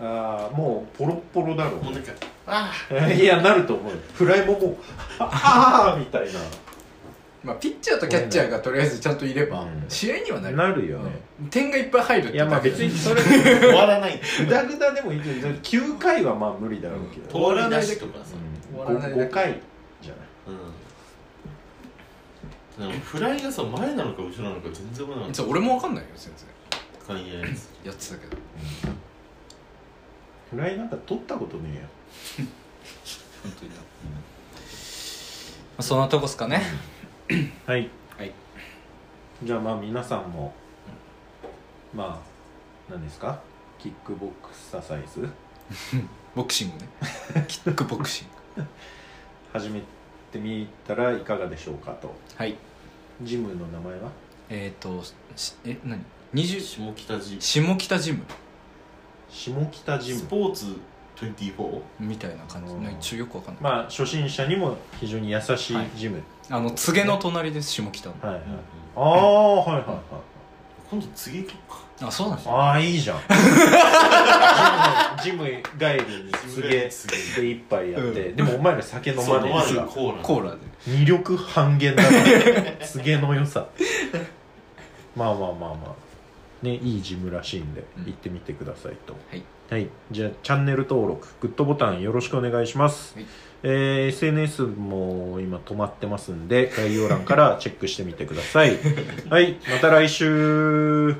[SPEAKER 2] ああもうポロッポロだろ
[SPEAKER 4] もうなんかあ
[SPEAKER 2] う いやなると思うよフライももうああーみたいな
[SPEAKER 1] まあ、ピッチャーとキャッチャーがとりあえずちゃんといれば、
[SPEAKER 2] うん
[SPEAKER 1] 試合にはなる
[SPEAKER 2] なるよ
[SPEAKER 1] ね点がいっぱい入るっ
[SPEAKER 2] い
[SPEAKER 1] て
[SPEAKER 2] やまあ
[SPEAKER 1] だけ
[SPEAKER 2] 別
[SPEAKER 1] で
[SPEAKER 2] にそれ
[SPEAKER 4] あ終わらない
[SPEAKER 2] グダグダでもいいけど9回はまあ無理だろうけど、
[SPEAKER 4] 通り出しとかさ、
[SPEAKER 1] 終わらない
[SPEAKER 2] 5, 回じゃない
[SPEAKER 4] うんでもフライがさ前なのか後ろなのか全然分からなかっ
[SPEAKER 1] そう俺もわかんないよ全然
[SPEAKER 4] た関係ないです
[SPEAKER 1] やってたけど
[SPEAKER 2] フライなんか取ったことねえよ
[SPEAKER 1] 本当にな、まあ、そんなとこっすかね
[SPEAKER 2] はい、
[SPEAKER 1] はい
[SPEAKER 2] じゃあまあ皆さんも、まあ何ですかキックボクササイズ
[SPEAKER 1] ボクシング ねキックボクシング
[SPEAKER 2] 始めてみたらいかがでしょうかと
[SPEAKER 1] はい
[SPEAKER 2] ジムの名前は
[SPEAKER 1] えっ、ー、としえ何20
[SPEAKER 4] 下北ジム
[SPEAKER 1] 下北ジム
[SPEAKER 2] 下北ジム
[SPEAKER 4] スポーツ 24?
[SPEAKER 1] みたいな感じ
[SPEAKER 2] うん
[SPEAKER 1] な一応よくわかんない、
[SPEAKER 2] まあ初心者にも非常に優しいジム、
[SPEAKER 1] あの告げの隣です下北の
[SPEAKER 2] はいはい
[SPEAKER 4] うん
[SPEAKER 2] ああはいはいはい
[SPEAKER 4] 今度次行こうか
[SPEAKER 1] あそうなんですよ
[SPEAKER 2] ああいいじゃんジム帰りにすげえ
[SPEAKER 4] すげえ
[SPEAKER 2] で一杯やって、
[SPEAKER 1] うん
[SPEAKER 2] でもお前ら酒飲
[SPEAKER 4] そう
[SPEAKER 2] ま
[SPEAKER 4] 飲
[SPEAKER 2] ね
[SPEAKER 4] ま
[SPEAKER 2] え
[SPEAKER 4] ず
[SPEAKER 2] から
[SPEAKER 4] コーラ
[SPEAKER 1] コーラで
[SPEAKER 2] 魅力半減だなすげえの良さまあまあまあまあねいいジムらしいんで、
[SPEAKER 1] うん
[SPEAKER 2] 行ってみてくださいと
[SPEAKER 1] はい、
[SPEAKER 2] はい、じゃあチャンネル登録グッドボタンよろしくお願いします、
[SPEAKER 1] はい
[SPEAKER 2] えー SNS も今止まって ますんで概要欄からチェックしてみてくださいはいまた来週